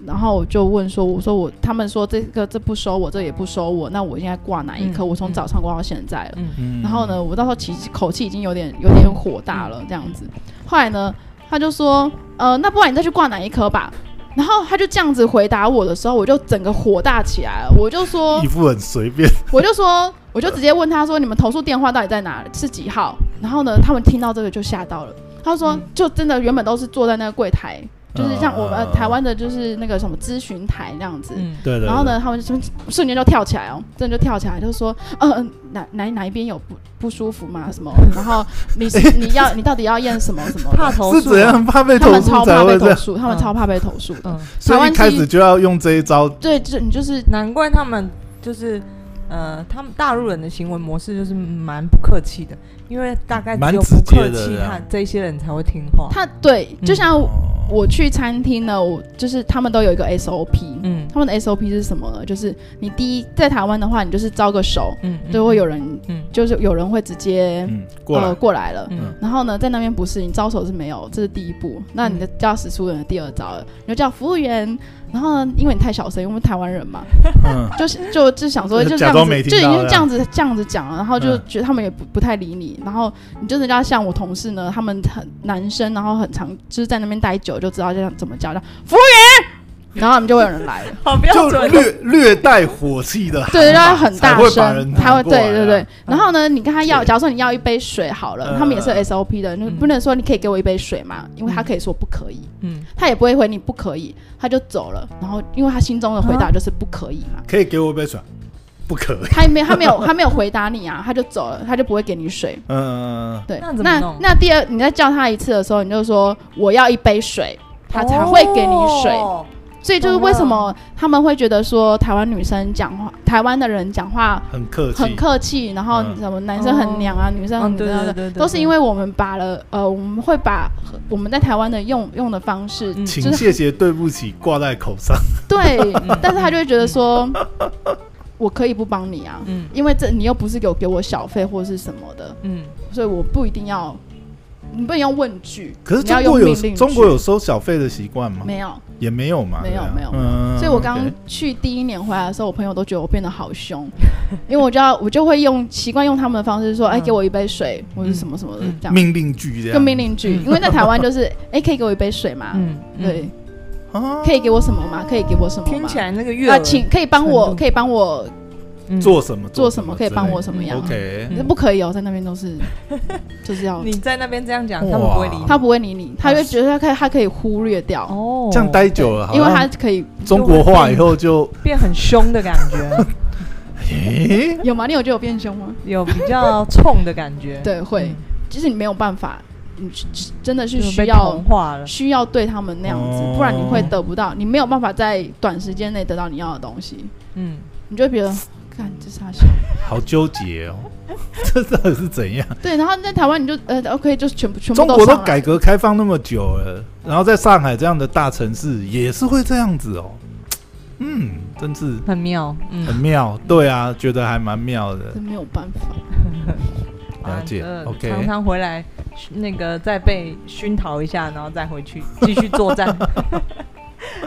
然后我就问说，我说我他们说这个这不收我，这也不收我，那我应该挂哪一科？
嗯
我从
嗯
早上挂到现在了。
嗯
然后呢，我到时候其实口气已经有点有点火大了这样子。后来呢，他就说，呃，那不然你再去挂哪一科吧。然后他就这样子回答我的时候，我就整个火大起来了，我就说
一，副很随便，
我就说，我就直接问他说，你们投诉电话到底在哪？是几号？然后呢，他们听到这个就吓到了，他说，
嗯
就真的原本都是坐在那个柜台， *laughs* 就是像我们、
嗯嗯嗯
台湾的，就是那个什么咨询台那样子。
嗯，
对对。
然后呢，他们就瞬瞬间就跳起来哦，真的就跳起来，就说，嗯、嗯，哪哪哪一边有不不舒服嘛什么， *laughs* 然后你是你要你到底要验什么什么的，
怕投
是
诉
怎
啊
样怕被
他
投
们
诉
超
才
怕被
会这
投
样？
诉，他们
嗯
超怕被投诉的。
嗯，
所
台
以
湾
一
是
开始就要用这一招，
对，就你就是
难怪他们就是。呃，他们大陆人的行为模式就是蛮不客气的，因为大概
蛮
只有
直
不
接
客
的
气
这
他
样
这些人才会听话。
他对，就像
哦
我去餐厅呢，我就是他们都有一个 SOP，
嗯
他们的 SOP 是什么呢？就是你第一在台湾的话，你就是招个手，
嗯，
就会有人
嗯
就是有人会直接
嗯过来
呃过来了。
嗯
然后呢，在那边不是你招手是没有，这是第一步。那你的
嗯
叫使出人的第二招了，你就叫服务员。然后呢，因为你太小声，因为我们台湾
*laughs*
人嘛， *laughs*
嗯
就是就就想说
就
就这
假
样
装
子，
没
就已
听到
经
这
这
样
样子这样子讲了，然后就
嗯
觉得他们也不不太理你，然后你就是要像我同事呢，他们很男生，然后很常就是在那边待久就知道这样怎么叫，叫服务员，然后他们就会有人来了，
好标
就
准。
略略带火气的喊法，
对，就要很大
才会把人
声，他会
喊过来
对对
啊
对，然后呢，你跟他要，
对嗯
假如说你要一杯水好了，他们也是有 SOP 的，你不能说你可以给我一杯水嘛，因为他可以说不可以，
嗯，
他也不会回你不可以，他就走了，然后因为他心中的回
嗯
答就是不可以嘛。
可以给我一杯水，不可以。
他没他没有他没有回答你啊，他就走了，他就不会给你水。
嗯，
对，
那怎么
那
弄
那第二，你再叫他一次的时候，你就说我要一杯水，他才会给你水。
哦
所以就是为什么他们会觉得说台湾女生讲话，台湾的人讲话
很客气，
很客气，然后
嗯
什么男生很娘啊，女生
嗯
很
对
娘
对
的，
对对，
都是因
为
为我们把了呃，我们会把我们在台湾的用用的方式，
嗯
就
请
是
谢谢对不起挂在口上。
*laughs* 对，但是他就会觉得说，我可以不帮你啊，
嗯
因为这你又不是有给我小费或是什么的，
嗯
所以我不一定要，你不能用问句，
可是
你要
中
用
国
命
有
令句
中国有收小费的习惯吗？
没有？
也没有嘛，
没有
对啊
没有
嗯
所以我刚
OK
去第一年回来的时候，我朋友都觉得我变得好凶，因为我就要我就会用习惯用他们的方式说，哎、
嗯
给我一杯水或者什么什么的
嗯
这样，
命令句这样，
用命令句，
嗯
因为在台湾就是，
*laughs*
哎、可以给我一杯水吗？
嗯，
对，
啊
可以给我什么吗？可以给我什么吗？
听起来那个月
啊，请可以帮我，
程度
可以帮我
嗯
做什么
做什么？可以帮我
之
什么
类
样
的？OK，
嗯
不可以哦，在那边
*laughs*
都是就是要
你在那边这样讲，
哇
他们不会理你。
他不会理你，他就觉得他可以他可以忽略掉，
哦
这样待久了，好
因为
像
他可以
中国话以后就 *laughs*
变很凶的感觉，
诶，
有吗？你有觉得我变凶吗？
嗯
有比较冲的感觉，
*laughs* 对，会
嗯，，
就是你没有办法，你去真的是
就
需
被
要
同化了。
需要对他们那样子，
哦
不然你会得不到，你没有办法在短时间内得到你要的东西，
嗯，
你就
*laughs*
会觉得，看这傻笑。
好纠结哦， *laughs* 这到底是怎样？
对，然后在台湾你就呃 OK，就是全部全部
中国都
上来
改革开放那么久了，然后在上海这样的大城市也是会这样子哦。嗯，真是
很妙，嗯，
很妙，对啊，觉得还蛮妙的。
真没有办法。
了解
啊这
OK
常常回来那个再被熏陶一下，然后再回
*laughs*
去继续作战。 *laughs*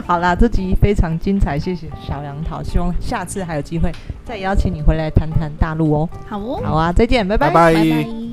好啦，这集非常精彩，谢谢小杨桃，希望下次还有机会再邀请你回来谈谈大陆哦。
好哦，
好啊，再见，拜
拜
拜。
拜拜。